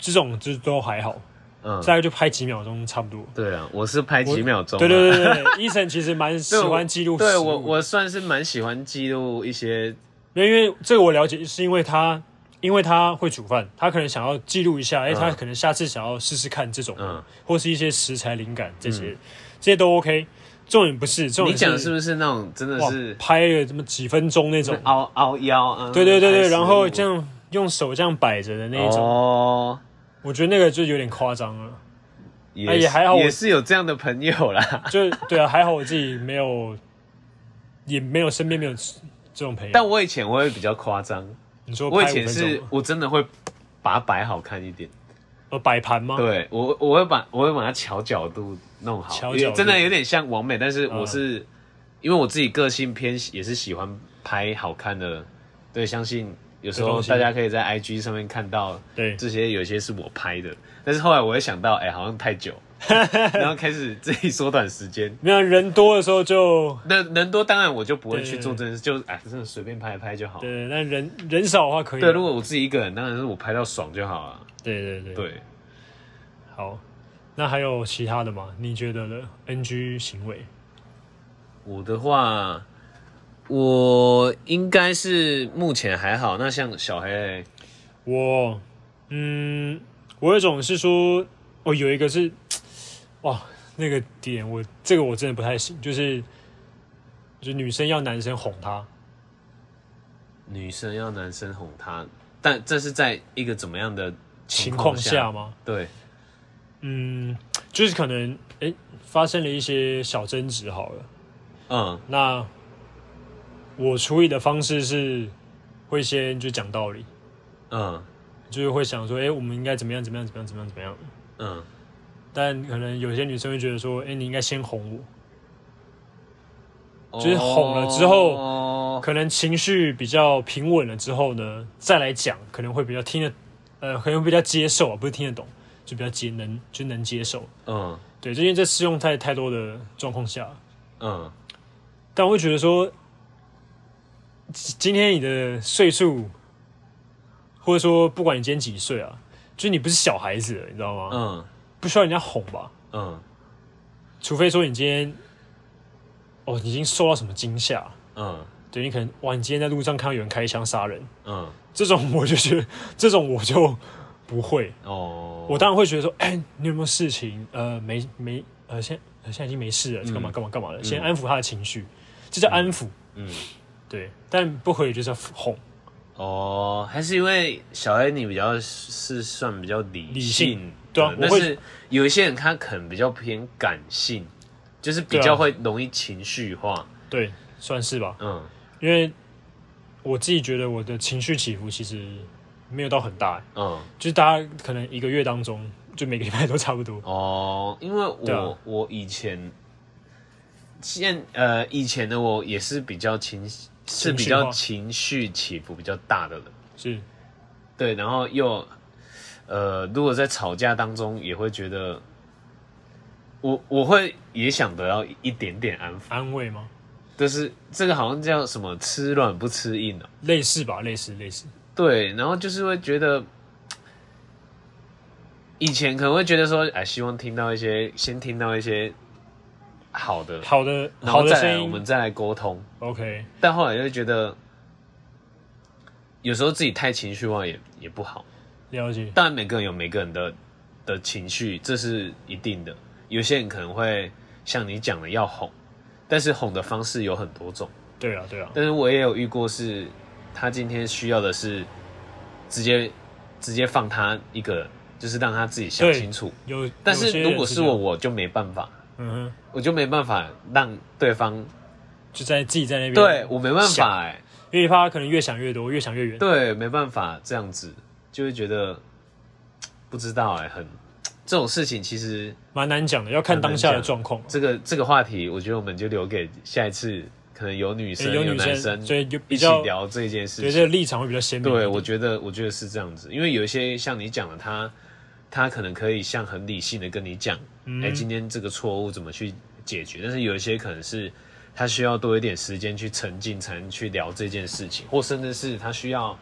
S1: 这种就是都还好，
S2: 嗯，
S1: 大概就拍几秒钟差不多。
S2: 对啊，我是拍 几秒钟啊，
S1: 对对对对对，Eason 其实蛮喜
S2: 对
S1: 欢
S2: 我
S1: 记录食物的。
S2: 对我，我算是蛮喜欢记录一些，
S1: 没有因为这个我了解，是因为他，因为他会煮饭，他可能想要记录一下，哎、
S2: 嗯
S1: 他可能下次想要试试看这种，
S2: 嗯，
S1: 或是一些食材灵感这些，这些都 OK。重点不是，重
S2: 你
S1: 点
S2: 讲的是
S1: 不
S2: 不是那种真的是
S1: 拍了这么几分钟那种？
S2: 凹凹腰啊？
S1: 对对对对，然后这
S2: 这样
S1: 样用手这样摆着的那一种，
S2: 哦，
S1: 我觉得那个就有点夸张了。
S2: 也
S1: 哎也
S2: 是
S1: 还好我
S2: 也是有这样的朋友 啦。
S1: 就对啊，还好我自己没有，也没有身边没有这种朋友。
S2: 但我以前我会比较夸张，
S1: 你说
S2: 我以
S1: 拍
S2: 前
S1: 五分钟
S2: 是
S1: 吗
S2: 我真的会把它摆好看一点，
S1: 呃摆盘吗？
S2: 对我我会把我会把它调角度弄
S1: 调
S2: 好，
S1: 角度嗯
S2: 因为真的有点像完美，但是我是、因为我自己个性偏喜也是喜欢拍好看的，对，相信有时
S1: 这
S2: 候
S1: 东西
S2: 大家可以在 IG 上面看到。
S1: 对
S2: 这些有些是我拍的，但是后来我也想到，哎、好像太久，然后开始自己缩短时间。
S1: 没有人多的时候就
S2: 人人多，当然我就不会去
S1: 对
S2: 做这件事，就啊，真的随便拍一拍就好。
S1: 对，但人人少的话可以。啊
S2: 对，如果我自己一个人，当然是我拍到爽就好了。
S1: 对对对，
S2: 对，
S1: 好。那还有其他的吗？你觉得的 NG 行为？
S2: 我的话，我应该是目前还好。那像小黑嘞，
S1: 我，嗯，我有一种是说，我有一个是，哇，那个点我这个我真的不太行，就是，就是女生要男生哄她，
S2: 女生要男生哄她，但这是在一个怎么样的
S1: 情
S2: 况
S1: 况下？吗？
S2: 对，
S1: 嗯，就是可能，哎、发生了一些小争执好了，
S2: 嗯
S1: 那我处理的方式是会先就讲道理，
S2: 嗯
S1: 就是会想说，哎、我们应该怎么样怎么样怎么样怎么样怎么样，
S2: 嗯，
S1: 但可能有些女生会觉得说，哎、你应该先哄我。就是哄了之后
S2: 哦
S1: 可能情绪比较平稳了之后呢，再来讲可能会比较听得，呃，可能会比较接受啊，不是听得懂，就比较接能就能接受。
S2: 嗯
S1: 对，因为这适用在太多的状况下，
S2: 嗯
S1: 但我会觉得说，今今天你的岁数，或者说不管你今天几岁啊，就是你不是小孩子了，你知道吗？
S2: 嗯
S1: 不需要人家哄吧，
S2: 嗯
S1: 除非说你今天，哦，你已经受到什么惊吓，
S2: 嗯
S1: 对你可能哇，你今天在路上看到有人开枪杀人。
S2: 嗯，
S1: 这种我就觉得，这种我就不会。
S2: 哦，
S1: 我当然会觉得说，哎、你有没有事情？呃，没没，呃，现呃现在已经没事了，
S2: 嗯
S1: 干嘛干嘛干嘛了？先安抚他的情绪，这叫安抚。
S2: 嗯。
S1: 对，但不可以就是要哄。
S2: 哦，还是因为小黑你比较是算比较理
S1: 理
S2: 性
S1: 性
S2: 的
S1: 对啊我
S2: 但
S1: 会
S2: 是有一些人他可能比较偏感性，就是比
S1: 对啊
S2: 较会容易情绪化。
S1: 对，算是吧。
S2: 嗯
S1: 因为我自己觉得我的情绪起伏其实没有到很大，
S2: 嗯
S1: 就是大家可能一个月当中，就每个礼拜都差不多。
S2: 哦，因为我、
S1: 对啊
S2: 我以前现呃以前的我也是比较情是比
S1: 绪
S2: 较
S1: 化
S2: 情绪起伏比较大的人，
S1: 是，
S2: 对，然后又呃，如果在吵架当中也会觉得。我我会也想得到一点点安抚。
S1: 安慰吗？
S2: 就是这个好像叫什么吃软不吃硬哦、
S1: 类似吧，类似类似。
S2: 对，然后就是会觉得，以前可能会觉得说，哎，希望听到一些，先听到一些好的，
S1: 好的，
S2: 嗯然
S1: 好
S2: 后
S1: 的
S2: 再来
S1: 声
S2: 我们
S1: 音。
S2: 再来沟通。
S1: OK，
S2: 但后来就会觉得，有时候自己太情绪化也也不好。
S1: 了解。
S2: 当然，每个人有每个人的的情绪，这是一定的。有些人可能会像你讲的要哄，但是哄的方式有很多种。
S1: 对啊，对啊。
S2: 但是我也有遇过是，他今天需要的是直接直接放他一个人，就是让他自己想
S1: 对
S2: 清楚。
S1: 有，
S2: 但
S1: 有些
S2: 是
S1: 人
S2: 如果
S1: 是
S2: 是
S1: 这样
S2: 我，，我就没办法，
S1: 嗯哼，
S2: 我就没办法让对方
S1: 就在自己在那边，
S2: 对我没办法
S1: 想
S2: 哎、
S1: 因为怕他可能越想越多，越想越远。
S2: 对，没办法这样子，就会觉得不知道哎、很这种事情其实
S1: 蛮难讲的，要看当下的状况。
S2: 这个这个话题，我觉得我们就留给下一次可能有女生、
S1: 诶有女
S2: 男
S1: 生
S2: 生，
S1: 所以就比
S2: 一起
S1: 较
S2: 聊这件事
S1: 所以
S2: 情。
S1: 这个立场会比较鲜明一点。
S2: 对，我觉得我觉得是这样子，因为有一些像你讲的，他他可能可以像很理性的跟你讲，哎、
S1: 嗯
S2: 今天这个错误怎么去解决，但是有一些可能是他需要多一点时间去沉浸，才能去聊这件事情，或甚至是他需要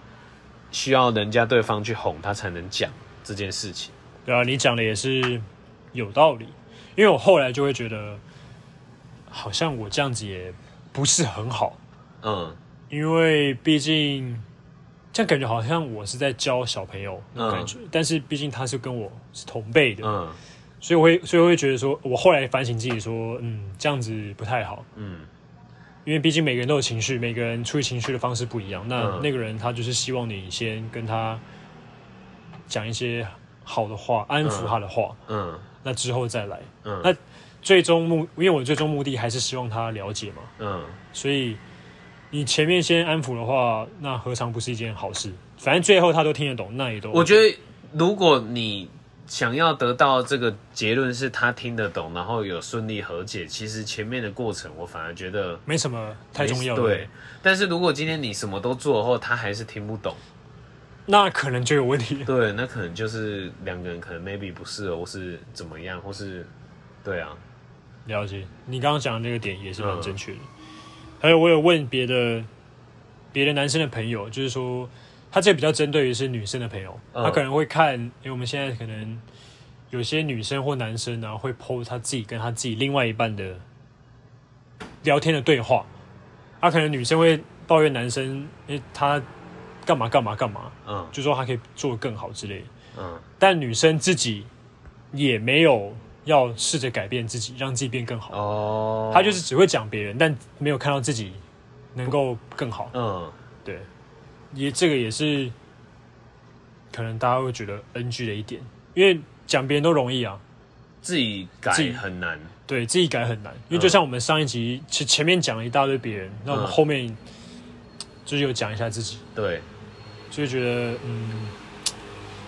S2: 需要人家对方去哄他才能讲这件事情。
S1: 对啊，你讲的也是有道理，因为我后来就会觉得，好像我这样子也不是很好，
S2: 嗯
S1: 因为毕竟这样感觉好像我是在教小朋友那种感觉，但是毕竟他是跟我是同辈的，
S2: 嗯
S1: 所以我会所以我会觉得说，我后来反省自己说，嗯，这样子不太好。
S2: 嗯
S1: 因为毕竟每个人都有情绪，每个人处理情绪的方式不一样。那
S2: 嗯
S1: 那个人他就是希望你先跟他讲一些好的话，安抚他的话，
S2: 嗯
S1: 那之后再来。
S2: 嗯
S1: 那最终目，因为我最终目的还是希望他了解嘛，
S2: 嗯
S1: 所以你前面先安抚的话，那何尝不是一件好事？反正最后他都听得懂，那也都
S2: 我觉得如果你想要得到这个结论是他听得懂，然后有顺利和解，其实前面的过程我反而觉得
S1: 没什么太重要的。
S2: 对，但是如果今天你什么都做后，他还是听不懂，
S1: 那可能就有问题。
S2: 对，那可能就是两个人可能 maybe 不适合，或是怎么样，或是对啊，
S1: 了解，你刚刚讲的那个点也是蛮
S2: 嗯
S1: 正确的。还有，我有问别的别的男生的朋友，就是说他这个比较针对于是女生的朋友，
S2: 嗯
S1: 他可能会看，因为我们现在可能有些女生或男生啊会 PO 他自己跟他自己另外一半的聊天的对话，他、可能女生会抱怨男生，因为他干嘛干嘛干嘛，
S2: 嗯
S1: 就说他可以做得更好之类的。
S2: 嗯
S1: 但女生自己也没有要试着改变自己，让自己变更好。
S2: 哦，
S1: 她就是只会讲别人，但没有看到自己能够更好。
S2: 嗯
S1: 对，也这个也是可能大家会觉得 NG 的一点，因为讲别人都容易啊，
S2: 自己改
S1: 自己
S2: 很难，
S1: 对自己改很难。因为就像我们上一集其前面讲了一大堆别人，那我们
S2: 嗯
S1: 后面就是有讲一下自己，
S2: 对，啊
S1: 就会觉得嗯，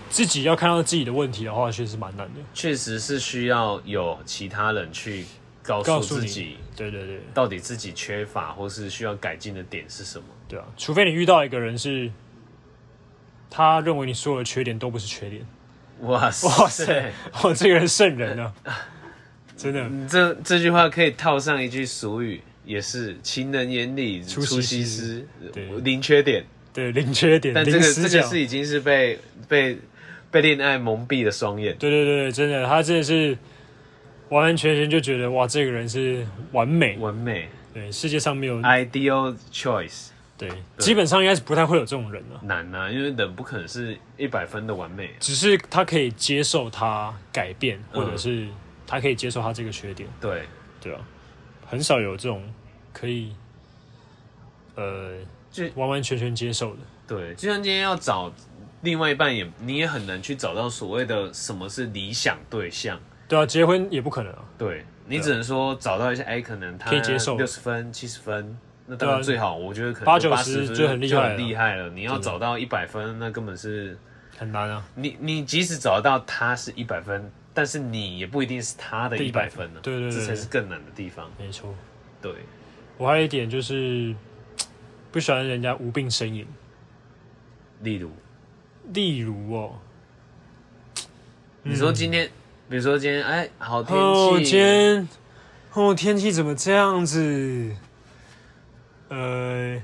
S1: 自己要看到自己的问题的话，确实蛮难的。
S2: 确实是需要有其他人去告
S1: 告
S2: 诉
S1: 诉
S2: 自
S1: 你
S2: 己
S1: 对对对。
S2: 到底自己缺乏或是需要改进的点是什么。
S1: 对啊，除非你遇到一个人是，他认为你所有的缺点都不是缺点。
S2: 哇塞，
S1: 哇塞，我这个人圣人啊，真的
S2: 你这这句话可以套上一句俗语，也是“情人眼里
S1: 出
S2: 出
S1: 西
S2: 西
S1: 施
S2: 施
S1: 对”，
S2: 零缺点。
S1: 对零缺点，
S2: 但这
S1: 零
S2: 个
S1: 死
S2: 这个
S1: 角。
S2: 是已经是被被被恋爱蒙蔽的双眼。
S1: 对对对，真的，他真的是完完全全就觉得哇，这个人是完美，
S2: 完哎美
S1: 对世界上没有
S2: ，ideal choice
S1: 对，基本上应该是不太会有这种人啊。
S2: 难啊，因为人不可能是一百分的完美、
S1: 只是他可以接受他改变，或
S2: 嗯
S1: 者是他可以接受他这个缺点。
S2: 对，
S1: 对啊，很少有这种可以，呃，
S2: 就
S1: 完完全全接受的。
S2: 对，就像今天要找另外一半也，你也很难去找到所谓的什么是理想对象。
S1: 对啊，结婚也不可能啊。
S2: 对你只能说找到一些，哎，可能他
S1: 可以接受
S2: 六十分、七十分，那
S1: 对啊
S2: 当然最好。我觉得可能
S1: 八九
S2: 八
S1: 十
S2: 分
S1: 就很厉害了
S2: 厉害了。你要
S1: 真的
S2: 找到一百分，那根本是
S1: 很难啊，
S2: 你你即使找到他是一百分，但是你也不一定是他的一百分呢、啊
S1: 对对对
S2: 这才是更难的地方。
S1: 没错。
S2: 对，
S1: 我还有一点就是，不喜欢人家无病呻吟。
S2: 例如
S1: 例如哦，
S2: 你说今天，比如说今天，哎，好天
S1: 哦，
S2: 气，
S1: 嗯今天哦天气怎么这样子？呃，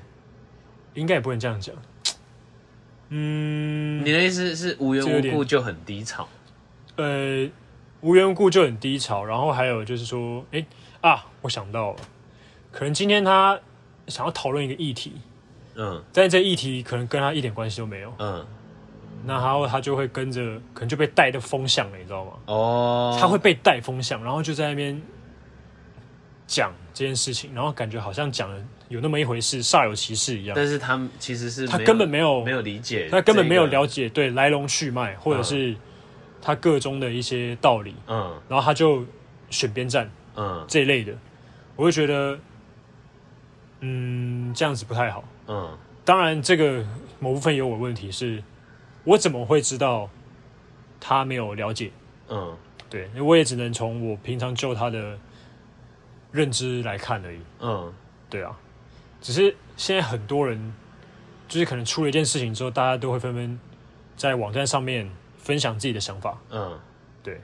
S1: 应该也不能这样讲。嗯，
S2: 你的意思是无缘
S1: 这有
S2: 无
S1: 点
S2: 故就很低潮？
S1: 呃，无缘无故就很低潮，然后还有就是说，哎、啊，我想到了，可能今天他想要讨论一个议题，
S2: 嗯
S1: 但是这议题可能跟他一点关系都没有，
S2: 嗯，
S1: 那他他就会跟着，可能就被带的风向了，你知道吗？
S2: 哦，
S1: 他会被带风向，然后就在那边讲这件事情，然后感觉好像讲了有那么一回事，煞有其事一样，
S2: 但是他们其实是
S1: 他
S2: 有
S1: 根本没有
S2: 没有理解，
S1: 他根本没有了，解对来龙去脉，或者
S2: 嗯
S1: 是他个中的一些道理，
S2: 嗯
S1: 然后他就选边站。
S2: 嗯
S1: 这一类的，我会觉得，嗯，这样子不太好。
S2: 嗯，
S1: 当然，这个某部分有我问题是，我怎么会知道他没有了解？
S2: 嗯，
S1: 对，我也只能从我平常就他的认知来看而已。
S2: 嗯，
S1: 对啊，只是现在很多人就是可能出了一件事情之后，大家都会纷纷在网站上面分享自己的想法。
S2: 嗯，
S1: 对。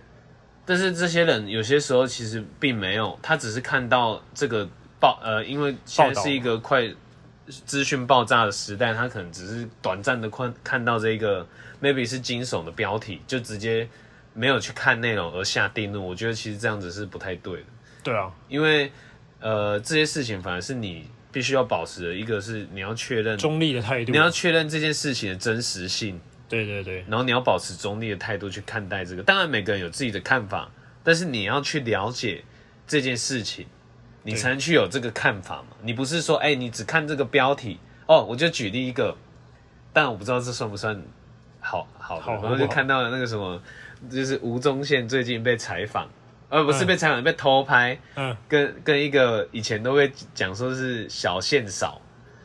S2: 但是这些人有些时候其实并没有，他只是看到这个报呃，因为现
S1: 报道
S2: 在是一个快资讯爆炸的时代，他可能只是短暂的看看到这个 maybe 是惊悚的标题，就直接没有去看内容而下定论。我觉得其实这样子是不太对的。
S1: 对啊，
S2: 因为呃这些事情反而是你必须要保持的，一个是你要确认，
S1: 中立的态度
S2: 嗯你。要确认这件事情的真实性，
S1: 对对对，
S2: 然后你要保持中立的态度去看待这个。当然每个人有自己的看法，但是你要去了解这件事情，你
S1: 对
S2: 才能去有这个看法嘛。你不是说哎、你只看这个标题哦，我就举例一个，但我不知道这算不算好好的
S1: 好
S2: 然后
S1: 好
S2: 就看到了那个什么，就是吴宗宪最近被采访，呃，不是
S1: 嗯
S2: 被采访，被偷拍。
S1: 嗯，
S2: 跟跟一个以前都会讲说是小线嫂，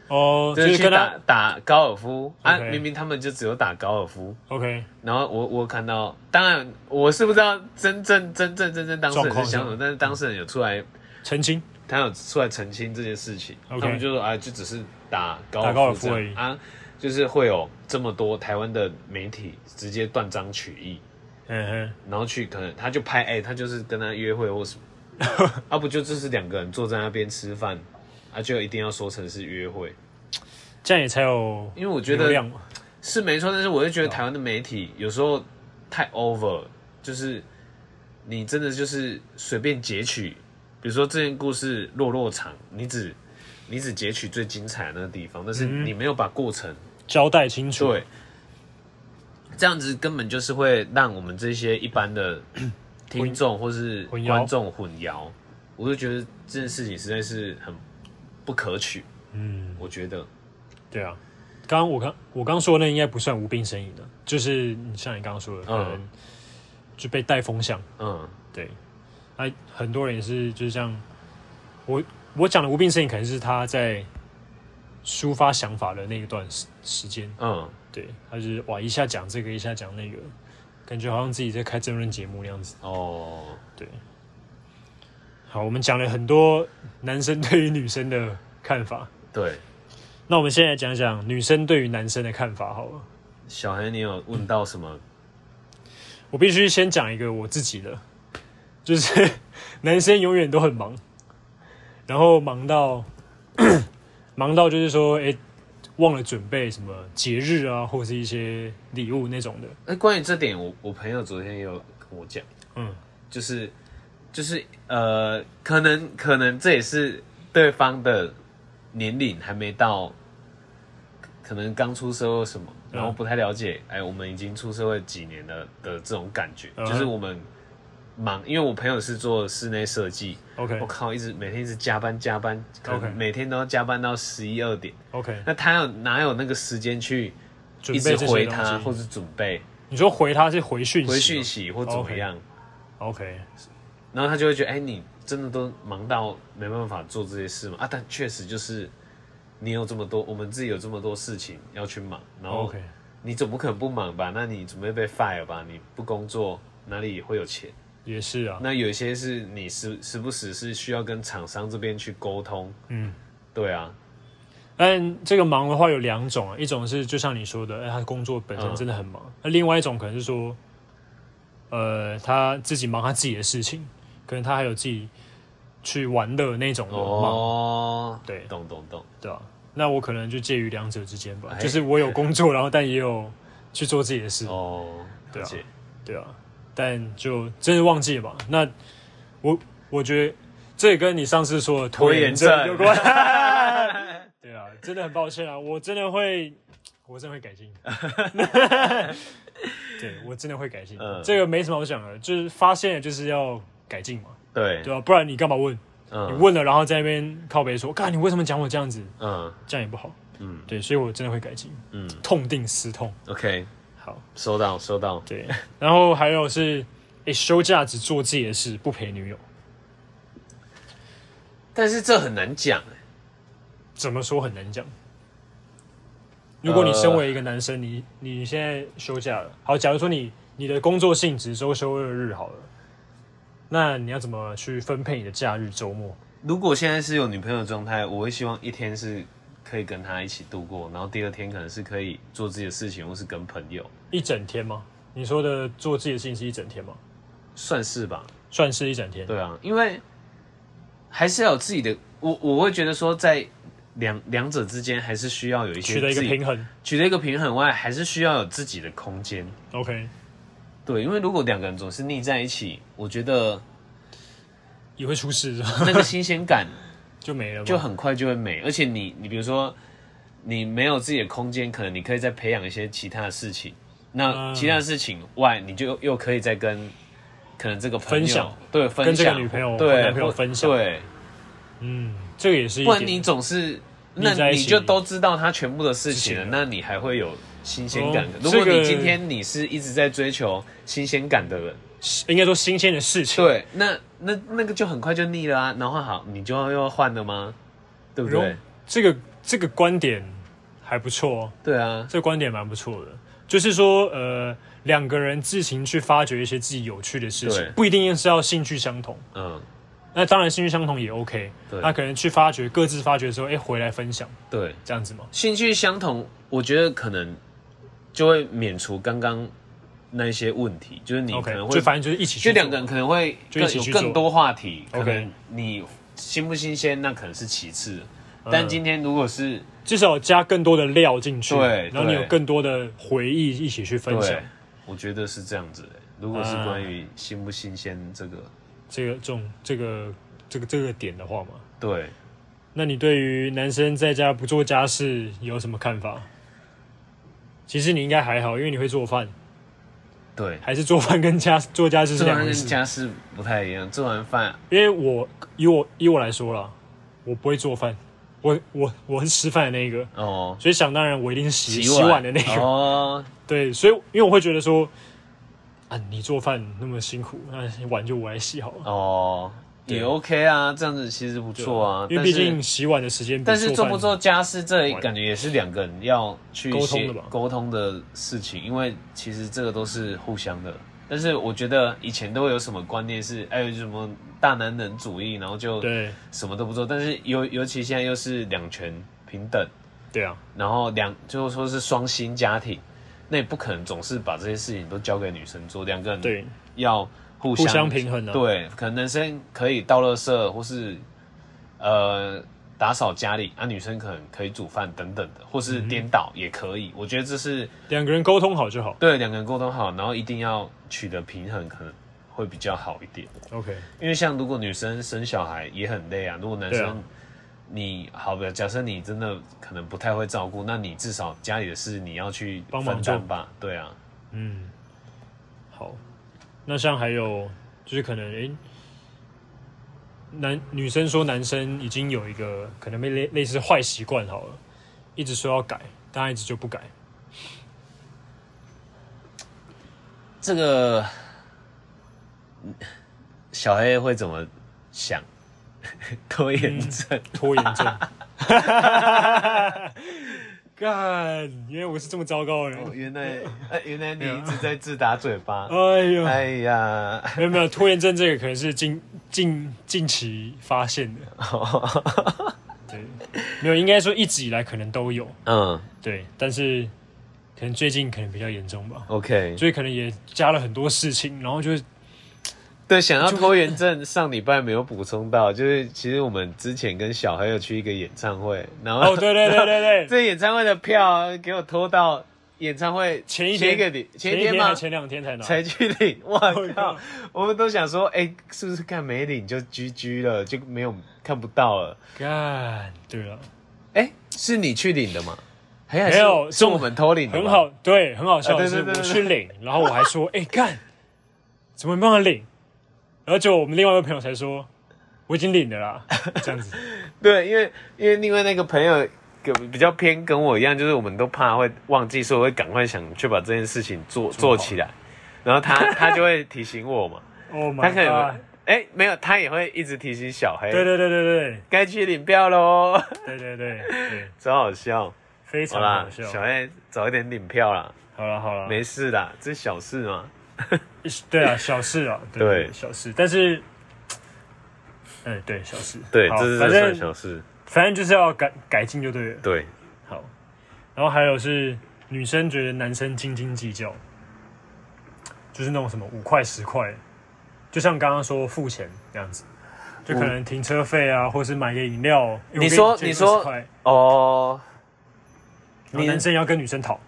S1: 哦，就
S2: 就是
S1: 是
S2: 去
S1: 跟
S2: 打
S1: 他
S2: 打高尔夫啊，
S1: OK
S2: 明明他们就只有打高尔夫。
S1: OK，
S2: 然后我我看到，当然我是不知道真正真正真正当事
S1: 状
S2: 人
S1: 况
S2: 是
S1: 是
S2: 想什
S1: 吗
S2: 么，但是当事人有出来，
S1: 澄清。
S2: 他有出来澄清这件事情。
S1: OK
S2: 他们就说啊，就只是打高
S1: 打高尔
S2: 尔
S1: 夫
S2: 夫这
S1: 而已
S2: 样啊。就是会有这么多台湾的媒体直接断章取义，
S1: 嗯
S2: 然后去可能他就拍哎、他就是跟他约会或什么， 啊不就就是两个人坐在那边吃饭，啊就一定要说成是约会，
S1: 哼，这样也才有
S2: 因为我觉
S1: 流
S2: 得
S1: 量嘛。
S2: 是没错，但是我就觉得
S1: 啊
S2: 台湾的媒体有时候太 over，就是你真的就是随便截取，比如说这件故事落落场，你只你只截取最精彩的那个地方，但是
S1: 嗯
S2: 你没有把过程、
S1: 交代清楚，
S2: 对，这样子根本就是会让我们这些一般 的听众或是
S1: 混淆
S2: 观众混淆，我就觉得这件事情实在是很不可取，
S1: 嗯，
S2: 我觉得
S1: 对啊。刚刚我刚我刚说的那应该不算无病呻吟的，就是你像你刚刚说的，可能就被带风向。
S2: 嗯
S1: 对，那很多人也是就是像我我讲的无病呻吟，可能是他在抒发想法的那一段时时间，
S2: 嗯，
S1: 对，他就是哇一下讲这个，一下讲那个，感觉好像自己在开争论节目那样子。
S2: 哦，
S1: 对，好，我们讲了很多男生对于女生的看法，
S2: 对。
S1: 那我们现在讲讲女生对于男生的看法好了。
S2: 小黑，你有问到什么？
S1: 我必须先讲一个我自己的，就是 男生永远都很忙，然后忙到 忙到就是说，哎、忘了准备什么节日啊，或是一些礼物那种的。
S2: 哎、关于这点，我我朋友昨天也有跟我讲，
S1: 嗯，
S2: 就是就是呃，可能可能这也是对方的年龄还没到，可能刚出社会什么，
S1: 嗯
S2: 然后不太了解，哎、我们已经出社会几年了的这种感觉，
S1: 嗯
S2: 就是我们忙，因为我朋友是做室内设计，
S1: OK
S2: 我靠，一直每天一直加班加班，可
S1: OK
S2: 能每天都要加班到十一二点，
S1: OK，
S2: 那他有哪有那个时间去
S1: 准
S2: 一
S1: 备
S2: 直
S1: 这些
S2: 回他
S1: 东
S2: 或
S1: 西。
S2: 者准备？
S1: 你说回他是哦回讯息吗，
S2: 回讯息或怎么样，
S1: OK，
S2: 然后他就会觉得，哎、你真的都忙到没办法做这些事吗？啊，但确实就是你有这么多，我们自己有这么多事情要去忙，然后
S1: OK
S2: 你总不可能不忙吧？那你准备被 fire 吧？你不工作哪里会有钱？
S1: 也是啊，
S2: 那有一些是你时时不时是需要跟厂商这边去沟通，
S1: 嗯。
S2: 对啊，
S1: 但这个忙的话有两种啊，一种是就像你说的，哎，他工作本身
S2: 嗯
S1: 真的很忙；那、另外一种可能是说，呃，他自己忙他自己的事情，可能他还有自己去玩的那种的忙，
S2: 哦，
S1: 对
S2: 懂懂懂，
S1: 对啊？那我可能就介于两者之间吧，
S2: 哎
S1: 就是我有工作，然后但也有去做自己的事，
S2: 哦，
S1: 对
S2: 了
S1: 啊
S2: 解，
S1: 对啊，但就真的忘记了吧？那我我觉得这也跟你上次说的拖延症有关。 对啊，真的很抱歉啊，我真的会，我真的会改 进。对，我真的会改进。
S2: 嗯
S1: 这个没什么好讲的，就是发现了就是要改进嘛，
S2: 对，
S1: 对啊？不然你干嘛问？你
S2: 嗯
S1: 问了，然后在那边靠北说，干你为什么讲我这样子？
S2: 嗯
S1: 这样也不好。
S2: 嗯
S1: 对，所以我真的会改进，
S2: 嗯
S1: 痛定思痛。
S2: ，OK，
S1: 好，
S2: 收到收到。
S1: 对。然后还有是，诶，休假只做自己的事，不陪女友。
S2: 但是这很难讲欸
S1: 怎么说很难讲。如果你
S2: 呃
S1: 身为一个男生，你你现在休假了，好，假如说你你的工作性质周休二日好了，那你要怎么去分配你的假日周末？
S2: 如果现在是有女朋友的状态，我会希望一天是可以跟她一起度过，然后第二天可能是可以做自己的事情，或是跟朋友，
S1: 一整天吗？你说的做自己的事情是一整天吗？
S2: 算是吧。
S1: 算是一整天。
S2: 对啊，因为还是要有自己的，我我会觉得说在两两者之间还是需要有一些
S1: 取得一个
S2: 自己
S1: 平衡。
S2: 取得一个平衡外，还是需要有自己的空间。
S1: OK，
S2: 对，因为如果两个人总是腻在一起，我觉得
S1: 也会出事是吧？
S2: 那个新鲜感
S1: 就没了吗？
S2: 就很快就会没。而且你你比如说，你没有自己的空间，可能你可以再培养一些其他的事情。那
S1: 嗯
S2: 其他的事情外，你就又可以再跟可能这个朋友
S1: 分享，
S2: 对分享
S1: 跟这个女朋友或
S2: 对
S1: 男朋友
S2: 或
S1: 分享
S2: 对，
S1: 嗯，这个也是一
S2: 不然你
S1: 点。
S2: 总是那
S1: 腻在一起
S2: 你就都知道他全部的事情了，
S1: 事情
S2: 那你还会有新鲜感
S1: 哦。
S2: 如
S1: 这
S2: 果
S1: 个
S2: 你今天你是一直在追求新鲜感的人，
S1: 应该说新鲜的事情，
S2: 对，那那那个就很快就腻了啊。然后好，你就要又要换了吗？对不对
S1: 容？这个这个观点还不错、哦。
S2: 对啊，
S1: 这个观点蛮不错的，就是说，呃，两个人自行去发掘一些自己有趣的事情
S2: 对，
S1: 不一定是要兴趣相同，
S2: 嗯，
S1: 那当然兴趣相同也 OK，
S2: 对
S1: 那可能去发掘各自发掘之后，哎、回来分享
S2: 对，
S1: 这样子嘛。
S2: 兴趣相同，我觉得可能就会免除刚刚那一些问题，就是你可
S1: OK，
S2: 能
S1: 就
S2: 会
S1: 反正就是一起去
S2: 就
S1: 做
S2: 两个人可能会
S1: 就一
S2: 更
S1: 起
S2: 有
S1: 去
S2: 更
S1: 做
S2: 多话题。可
S1: OK
S2: 能你新不新鲜，那可能是其次。
S1: 嗯
S2: 但今天如果是
S1: 至少加更多的料进去，
S2: 对
S1: 然后你有
S2: 对
S1: 更多的回忆一起去分享
S2: 对，我觉得是这样子的。欸如果是关于新不新鲜这个，
S1: 这个这种这个这个这个点的话嘛，
S2: 对，
S1: 那你对于男生在家不做家事有什么看法？其实你应该还好，因为你会做饭，
S2: 对，
S1: 还是做饭跟家做家事是
S2: 做
S1: 两
S2: 完
S1: 回
S2: 跟
S1: 事。
S2: 家事不太一样。做完饭，
S1: 因为我以我以我来说啦，我不会做饭，我我我是吃饭的那一个，
S2: 哦，
S1: 所以想当然我一定是洗洗碗
S2: 碗
S1: 的那个。
S2: 哦，
S1: 对，所以因为我会觉得说，啊，你做饭那么辛苦，那碗就我来洗好了。
S2: 哦，也 OK 啊，这样子其实不错啊。
S1: 因为
S2: 但
S1: 毕
S2: 是
S1: 竟洗碗的时间比
S2: 但是做
S1: 饭
S2: 不做家事，这感觉也是两个人要去
S1: 沟通
S2: 协
S1: 的吧
S2: 沟通的事情，因为其实这个都是互相的。但是我觉得以前都会有什么观念是，哎，什么大男人主义，然后就
S1: 对
S2: 什么都不做。但是尤尤其现在又是两权平等，
S1: 对啊，
S2: 然后两就是说是双薪家庭，那也不可能总是把这些事情都交给女生做，两个人
S1: 对，
S2: 要
S1: 互
S2: 互相
S1: 相平衡啊。
S2: 对，可能男生可以倒垃圾，或是呃打扫家里，啊，女生可能可以煮饭等等的，或是颠倒也可
S1: 嗯
S2: 以。我觉得这是
S1: 两个人沟通好就好。
S2: 对两个人沟通好，然后一定要取得平衡，可能会比较好一点。
S1: OK，
S2: 因为像如果女生生小孩也很累啊，如果男
S1: 对啊
S2: 生、你好的，假设你真的可能不太会照顾，那你至少家里的事你要去
S1: 帮忙
S2: 分担吧。对啊，
S1: 嗯，好。那像还有就是可能诶、男女生说男生已经有一个可能被类类似坏习惯好了，一直说要改，但他一直就不改。
S2: 这个嗯小黑会怎么想？ 拖延症，
S1: 拖延症。 干，原来我是这么糟糕的人。
S2: 哦，原来、呃原来你一直在自打嘴巴。
S1: 哎呦，
S2: 哎呀，
S1: 没有没有，拖延症这个可能是近近近期发现的。对，没有，应该说一直以来可能都有，
S2: 嗯
S1: 对，但是可能最近可能比较严重吧，
S2: ，OK，
S1: 所以可能也加了很多事情，然后就是
S2: 对，想要拖延症，上礼拜没有补充到，就是其实我们之前跟小黑有去一个演唱会，然后
S1: 哦，对对对对对，
S2: 这演唱会的票给我拖到演唱会
S1: 前一
S2: 前
S1: 天
S2: 一个礼前
S1: 前
S2: 一
S1: 一
S2: 天
S1: 天还
S2: 吗？
S1: 前两天才拿，
S2: 才去领，我靠
S1: 靠！
S2: 我们都想说，哎、是不是看没领就 GG 了，就没有看不到了？
S1: 干，对了，
S2: 哎、是你去领的吗？还
S1: 没有
S2: 是我们偷领的。
S1: 很，好，对，很好笑
S2: 啊
S1: 的
S2: 对
S1: 是，
S2: 对
S1: 我
S2: 对对
S1: 去领，然后我还说，哎，干，怎么没办法领？然后就我们另外一位朋友才说，我已经领了啦，这样子，
S2: 对，因为因为另外那个朋友跟比较偏跟我一样，就是我们都怕会忘记，所以我会赶快想去把这件事情
S1: 做
S2: 做
S1: 好
S2: 做起来，然后他他就会提醒我嘛，
S1: 哦，
S2: 他可能
S1: 妈，
S2: 哎、没有，他也会一直提醒小黑，
S1: 对对对对
S2: 该去领票 喽，
S1: 对对对对对，
S2: 真好笑。
S1: 非
S2: 好
S1: 常
S2: 啦
S1: 好，笑，
S2: 小黑早一点领票啦。
S1: 好了好了，
S2: 没事啦，这小事嘛。
S1: 对啊，小事啊，对
S2: 对
S1: 小事，但是，嗯，对小事，
S2: 对，
S1: 好
S2: 这是
S1: 反
S2: 算
S1: 正
S2: 小事。
S1: 反正就是要改改进就对了。
S2: 对，
S1: 好，然后还有是女生觉得男生斤斤计较，就是那种什么五块十块，就像刚刚说付钱那样子，就可能停车费啊，或是买个饮料。诶我给
S2: 你说
S1: 借
S2: 你说
S1: 20块
S2: 哦，
S1: 然后
S2: 你
S1: 男生也要跟女生讨。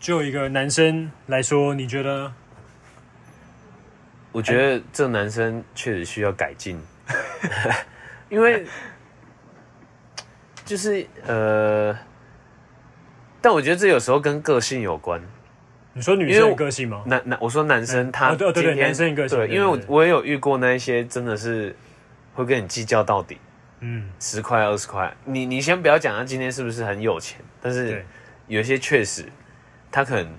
S1: 就有一个男生来说，你觉得
S2: 我觉得这男生确实需要改 进，因为就是呃，但我觉得这有时候跟个性有关。
S1: 你说女
S2: 因为
S1: 生
S2: 我
S1: 的个性吗？
S2: 男男，我说男生
S1: 哦
S2: 他
S1: 对
S2: 今
S1: 哦对对
S2: 天
S1: 男生一个性
S2: 对，
S1: 对
S2: 因为我
S1: 对对
S2: 我也有遇过那一些真的是会跟你计较到底，
S1: 嗯，
S2: 十块二十块，你你先不要讲他今天是不是很有钱，但是
S1: 对
S2: 有一些确实，他可能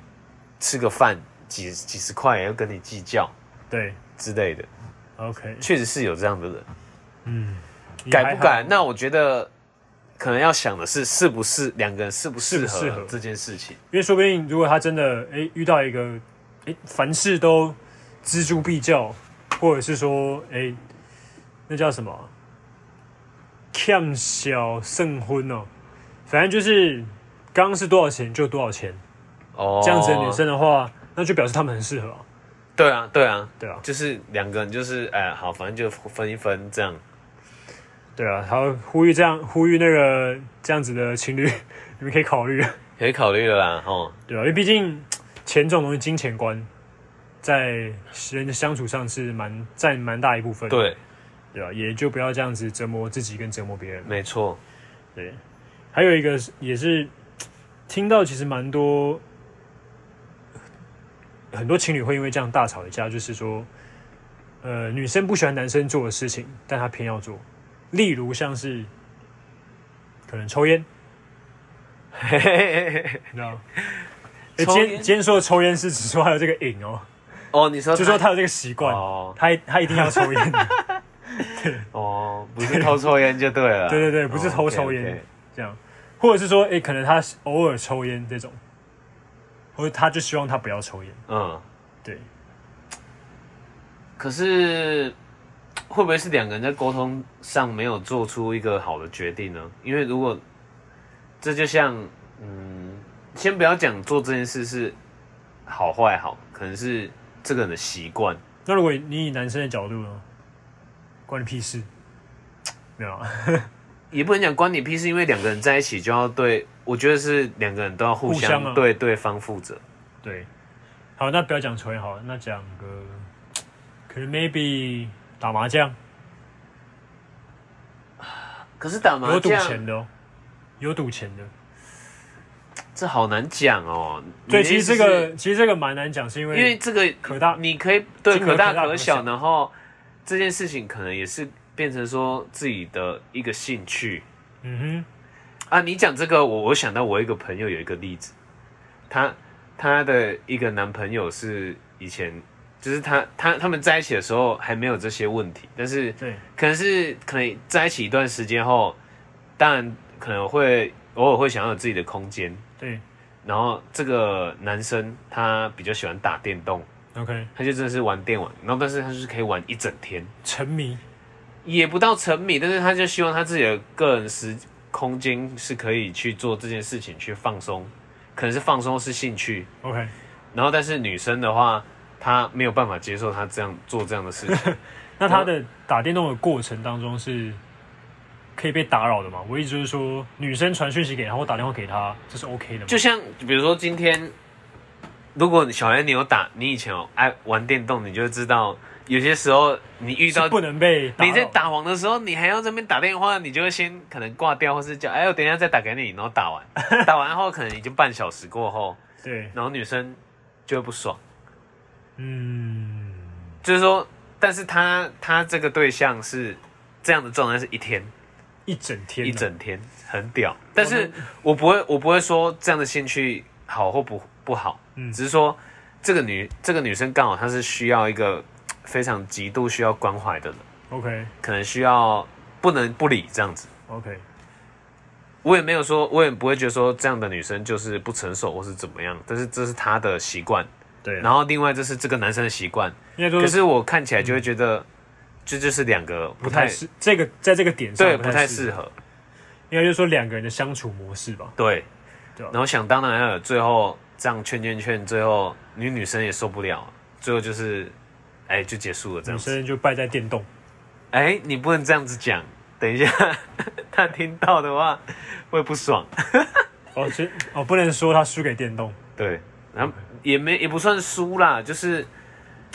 S2: 吃个饭几几十块也要跟你计较
S1: 对
S2: 之类的，
S1: ，OK，
S2: 确实是有这样的人，
S1: 嗯，你
S2: 改不
S1: 还
S2: 改
S1: 好？？
S2: 那我觉得可能要想的是适不适两个人适不适
S1: 适不适合
S2: 合这件事情，
S1: 因为说不定如果他真的哎、诶遇到一个哎、诶凡事都锱铢必较，或者是说，哎、那叫什么啊？欠小胜婚哦，反正就是刚刚是多少钱就多少钱，
S2: 哦，
S1: 这样子的女生的话，那就表示他们很适合啊、
S2: 对啊，对啊，
S1: 对啊，
S2: 就是两个人，就是哎、好，反正就分一分这样。
S1: 对啊，还有呼吁这样呼吁那个这样子的情侣， 你们可以考虑，
S2: 可以考虑了啦，哦，
S1: 对啊，因为毕竟钱这种东西，金钱观在人的相处上是蛮占蛮大一部分，
S2: 对，
S1: 对吧、也就不要这样子折磨自己跟折磨别人。
S2: 没错，
S1: 对，还有一个是也是听到，其实蛮多很多情侣会因为这样大吵一架，就是说，呃，女生不喜欢男生做的事情，但她偏要做，例如像是可能抽烟，
S2: 嘿嘿嘿嘿
S1: 你知道 吗？诶
S2: 抽
S1: 今
S2: 烟
S1: 天今天说的抽烟是指说他有这个瘾哦，
S2: 哦，你说
S1: 就说他有这个习惯，
S2: 哦
S1: 他他一定要抽 烟，
S2: 哦，不是偷抽烟就对了，
S1: 对对对不是偷抽烟
S2: 哦，OK，OK
S1: 这样，或者是说，诶，可能他偶尔抽烟这种，或者他就希望他不要抽烟，
S2: 嗯，
S1: 对，
S2: 可是会不会是两个人在沟通上没有做出一个好的决定呢？因为如果这就像，嗯，先不要讲做这件事是好坏好，可能是这个人的习惯。
S1: 那如果你以男生的角度呢，关你屁事，没有啊，
S2: 也不能讲关你屁事，因为两个人在一起就要对，我觉得是两个人都要互
S1: 互相啊
S2: 相对对方负责。
S1: 对，好，那不要讲抽烟好了，那讲个，可能 maybe 打麻将，
S2: 可是打麻
S1: 有赌
S2: 将
S1: 钱的哦，有赌钱的，
S2: 这好难讲哦。
S1: 对，
S2: 你的
S1: 其
S2: 意
S1: 实
S2: 思
S1: 这个其实这个蛮难讲，是因
S2: 是
S1: 为
S2: 因为这个
S1: 可大
S2: 你可以对
S1: 金额
S2: 可大
S1: 可大
S2: 可
S1: 可
S2: 小，
S1: 小
S2: 然后这件事情可能也是变成说自己的一个兴趣
S1: 嗯
S2: 啊。你讲这个，我我想到我一个朋友有一个例子，她她的一个男朋友是以前就是她她他们在一起的时候还没有这些问题，但是
S1: 哼，对，
S2: 可能是可能在一起一段时间后，当然可能会偶尔会想要有自己的空间。
S1: 对
S2: 然后这个男生他比较喜欢打电动，
S1: ，OK，
S2: 他就真的是玩电玩，然后但是他就是可以玩一整天，
S1: 沉迷，
S2: 也不到沉迷，但是他就希望他自己的个人时空间是可以去做这件事情去放松，可能是放松是兴趣。
S1: OK，
S2: 然后但是女生的话，她没有办法接受他这样做这样的事情。
S1: 那他的打电动的过程当中是可以被打扰的嘛？我意思就是说，女生传讯息给他或打电话给他，这是 OK 的吗？
S2: 就像比如说今天，如果小黑你有打，你以前有爱玩电动，你就会知道有些时候你遇到
S1: 是不能被打
S2: 你
S1: 扰
S2: 在打王的时候，你还要这边打电话，你就会先可能挂掉，或是叫哎我等一下再打给你，然后打完，打完后可能已经半小时过后，
S1: 对，
S2: 然后女生就会不爽，
S1: 嗯，
S2: 就是说，但是她她这个对象是这样的状态是一天
S1: 一整天啊
S2: 一整天，很屌，但是我不会我不会说这样的兴趣好或不不好，
S1: 嗯
S2: 只是说这个女这个女生刚好她是需要一个非常极度需要关怀的人，
S1: OK
S2: 可能需要不能不理这样子。
S1: OK，
S2: 我也没有说，我也不会觉得说这样的女生就是不成熟或是怎么样，但是这是她的习惯。
S1: 对然
S2: 然
S1: 后
S2: 后另外这是这个男生的习惯，
S1: 应该
S2: 可
S1: 说
S2: 是我看起来就会觉得，这就是两个不
S1: 不
S2: 太
S1: 太适这个在这个点上
S2: 对，不太
S1: 适
S2: 适
S1: 合，
S2: 合，
S1: 应该就是说两个人的相处模式吧。
S2: 对。
S1: 对啊
S2: 然后想当然了，最后这样劝劝劝，最后女女生也受不了，最后就是，哎，就结束了这
S1: 女
S2: 样子。
S1: 生就败在电动，
S2: 哎，你不能这样子讲，等一下 她听到的话会不爽。
S1: 哦，这哦不能说她输给电动，
S2: 对，然后也没也不算输啦，就是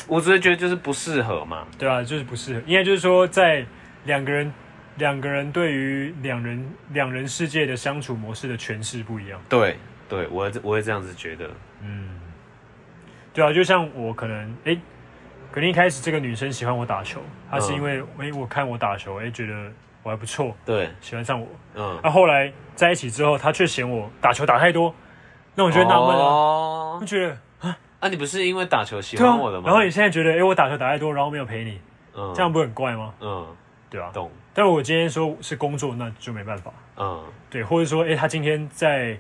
S2: 我只是觉得就是不适合嘛。
S1: 对啊，就是不适合。应该就是说在两个人两个人对于两人两人世界的相处模式的诠释不一样。
S2: 对，对我我会这样子觉得。
S1: 嗯，对啊，就像我可能哎、诶可能一开始这个女生喜欢我打球，她是
S2: 嗯
S1: 因为哎、诶我看我打球，哎、觉得我还不错，
S2: 对，
S1: 喜欢上我。
S2: 嗯，
S1: 那、后来在一起之后，她却嫌我打球打太多，那我
S2: 我
S1: 就会纳闷啊，我
S2: 哦，
S1: 觉得
S2: 啊，你不是因为打球喜
S1: 对啊
S2: 欢我的，吗？
S1: 然后你现在觉得哎、诶我打球打太多，然后没有陪你，
S2: 嗯
S1: 这样不是很怪吗？
S2: 嗯，
S1: 对啊。
S2: 懂，
S1: 但如果今天说是工作，那就没办法。
S2: 嗯
S1: 对，或者说，哎、他今天在，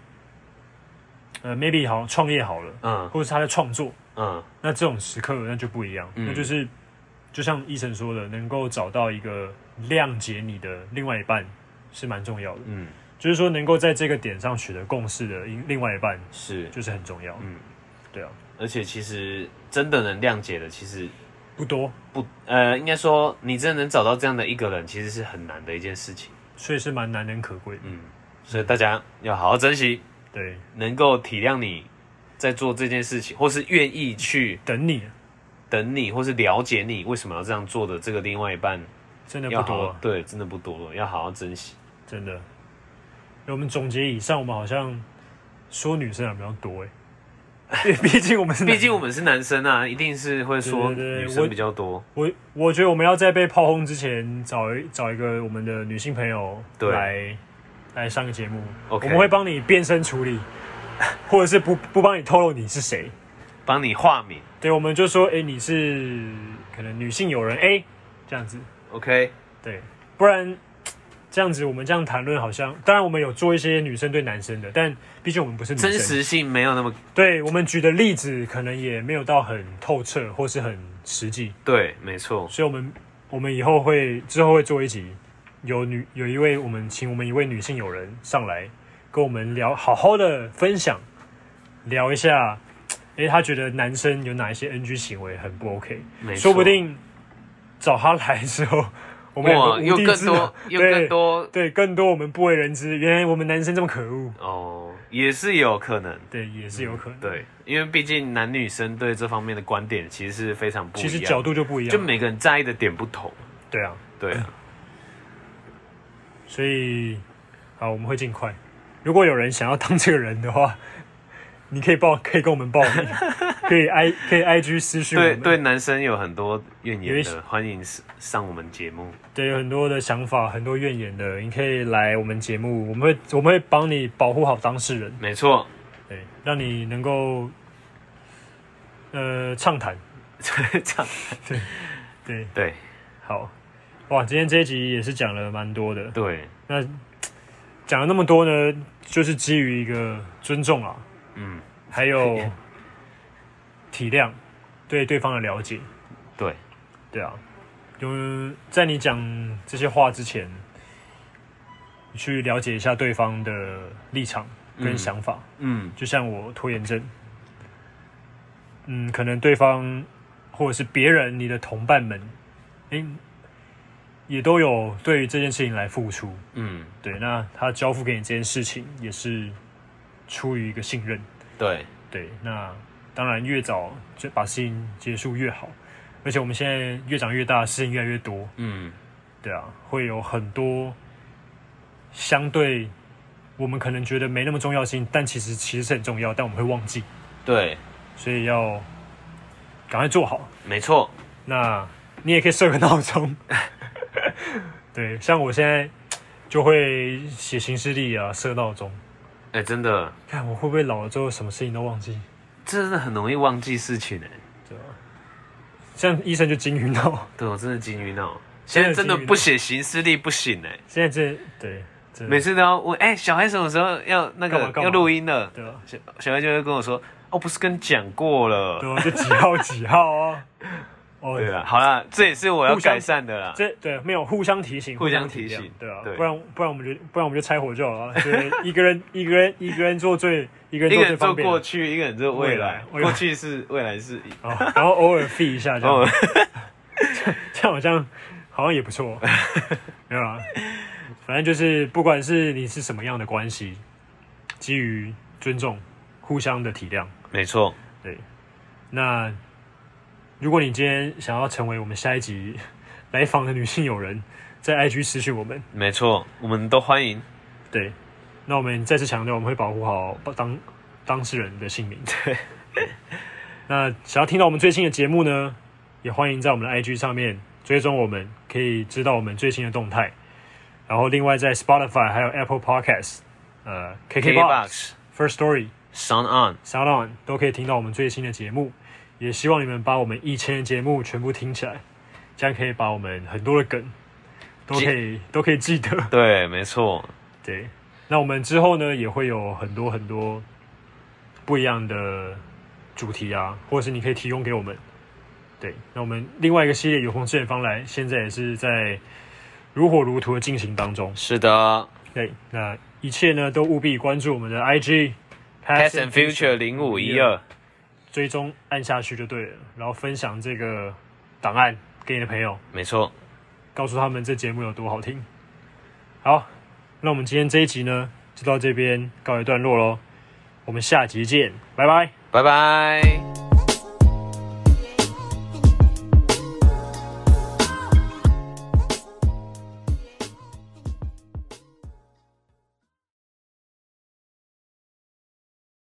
S1: 呃，maybe 好创业好了，
S2: 嗯
S1: 或者是他在创作，
S2: 嗯，
S1: 那这种时刻那就不一样，
S2: 嗯
S1: 那就是就像医生说的，能够找到一个谅解你的另外一半是蛮重要的。
S2: 嗯，
S1: 就是说，能够在这个点上取得共识的另另外一半，
S2: 是，
S1: 就是很重要。
S2: 嗯，
S1: 对啊，
S2: 而且其实真的能谅解的，其实
S1: 不多，
S2: 不，呃，应该说你真的能找到这样的一个人，其实是很难的一件事情。
S1: 所以是蛮难能可贵的。
S2: 嗯，所以大家要好好珍惜，
S1: 对，
S2: 能够体谅你在做这件事情，或是愿意去
S1: 等你
S2: 等你，或是了解你为什么要这样做的这个另外一半，
S1: 真的
S2: 要
S1: 不
S2: 好
S1: 多啊
S2: 好，对，真的不多了，要好好 珍惜。
S1: 真的。我们总结以上，我们好像说女生还比较多 哎，因为毕竟我们是男
S2: 毕竟我们是男生啊，一定是会说
S1: 对对对
S2: 女
S1: 我
S2: 生比较多。
S1: 我我觉得我们要在被炮轰之前找一找一个我们的女性朋友
S2: 对
S1: 来来上个节目
S2: OK
S1: 我们会帮你变身处理，或者是不不帮你透露你是谁。
S2: 帮你化名
S1: 对，我们就说，哎、你是可能女性友人 A 这样子，
S2: ，OK？
S1: 对，不然这样子我们这样谈论好像，当然我们有做一些女生对男生的，但毕竟我们不是女生，
S2: 真实性没有那么
S1: 对我们举的例子可能也没有到很透彻或是很实际，
S2: 对，没错，
S1: 所以我们我们以后会之后会做一集，有女有一位我们请我们一位女性友人上来跟我们聊，好好的分享聊一下，诶，她觉得男生有哪一些 NG 行为很不 OK，
S2: 没错。
S1: 说不定找她来之后，我们两个
S2: 哇，又
S1: 无地
S2: 更
S1: 之
S2: 多
S1: 容，
S2: 又更多
S1: 对更多我们不为人知，原来我们男生这么可恶，
S2: 哦，也是有可能。
S1: 嗯对，也是有可能，，
S2: 对，因为毕竟男女生对这方面的观点其实是非常不一
S1: 其
S2: 样，
S1: 实角度就不一样，
S2: 就每个人在意的点不同。
S1: 对啊，
S2: 对啊，
S1: 所以好，我们会尽快。如果有人想要当这个人的话， 你可以报，可以跟我们报 名，可以 i 可以 i g 私讯我
S2: 对
S1: 们，
S2: 对，男生有很多怨
S1: 有一
S2: 言
S1: 些
S2: 的，欢迎上我们节目。
S1: 对有很多的想法，很多怨言的，你可以来我们节目，我们会我们会帮你保护好当事人，
S2: 没错，
S1: 对，让你能够呃畅谈，
S2: 这样
S1: 对，
S2: 对
S1: 好，哇，今天这一集也是讲了蛮多的，
S2: 对，
S1: 那讲了那么多呢，就是基于一个尊重啊，
S2: 嗯，
S1: 还 有体谅，对对方的了解，
S2: 对，
S1: 对啊，就是在你讲这些话之前，你去了解一下对方的立场跟
S2: 嗯
S1: 想法。
S2: 嗯，
S1: 就像我拖延症，嗯，可能对方或者是别人，你的同伴们，诶、也都有对于这件事情来付出。
S2: 嗯，
S1: 对，那他交付给你这件事情，也是出于一个信任。
S2: 对，
S1: 对，那当然越早就把事情结束越好，而且我们现在越长越大，事情越来越多，
S2: 嗯，
S1: 对啊，会有很多相对我们可能觉得没那么重要性，但其实其实是很重要，但我们会忘记，
S2: 对，
S1: 所以要赶快做好。
S2: 没错，
S1: 那你也可以设个闹钟，对，像我现在就会写行事历啊，设闹钟。
S2: 哎、真的，
S1: 看我会不会老了之后什么事情都忘记？
S2: 真的很容易忘记事情哎、
S1: 对吧？像医生就金鱼脑，
S2: 对我真的金鱼脑，现在
S1: 真
S2: 真
S1: 的
S2: 的
S1: 金鱼脑
S2: 不写行事历不行哎、
S1: 现在这对，真的
S2: 每次都要问哎、小孩什么时候要那
S1: 干嘛
S2: 个
S1: 干嘛
S2: 要录音了，
S1: 对吧？
S2: 小小孩就会跟我说哦，不是跟你讲过了，
S1: 对吧？就几号几号 哦。哦，
S2: 对啊，好啦，这也是我要
S1: 互相
S2: 改善的啦，
S1: 这对没有互相提醒，
S2: 互相
S1: 提
S2: 提
S1: 谅
S2: 醒
S1: 对啊，
S2: 对
S1: 不然不然我们就不然我们就拆伙就好了，就是一个人一个人一个人做最一个人
S2: 一
S1: 做
S2: 个
S1: 最
S2: 人
S1: 方
S2: 做
S1: 便 哦
S2: 过去，一个人做未来，
S1: 未来
S2: 过去是未来是，
S1: 哦，然后偶尔 fee 一下这
S2: 哦
S1: 样，， 这样好像好像也不 错，没有啊，反正就是不管是你是什么样的关系，基于尊重、互相的体谅，
S2: 没错，
S1: 那如果你今天想要成为我们下一集 来访的女性友人，在 IG 私讯我们。
S2: 没错，我们都欢迎，
S1: 对，那我们再次强调，我们会保护好当当事人的姓名。
S2: 对，
S1: 那想要听到我们最新的节目呢，也欢迎在我们的 IG 上面追踪我们，可以知道我们最新的动态。然后另外在 Spotify 还有 Apple Podcast、呃 KKBox、
S2: KBox
S1: First Story、
S2: Sound On，
S1: Sound On 都可以听到我们最新的节目。也希望你们把我们以前的节目全部听起来，这样可以把我们很多的梗都可以都可以记得。
S2: 对，没错，
S1: 对，那我们之后呢也会有很多很多不一样的主题啊，或者是你可以提供给我们，对，那我们另外一个系列有朋自远方来，现在也是在如火如荼的进行当中。
S2: 是的
S1: 对，那一切呢都务必关注我们的 IG
S2: ，Past and Future 零五一二，
S1: 追踪按下去就对了，然后分享这个档案给你的朋友，
S2: 没错，
S1: 告诉他们这节目有多好听。好，那我们今天这一集呢就到这边告一段落喽，我们下集见，拜拜。
S2: 拜拜。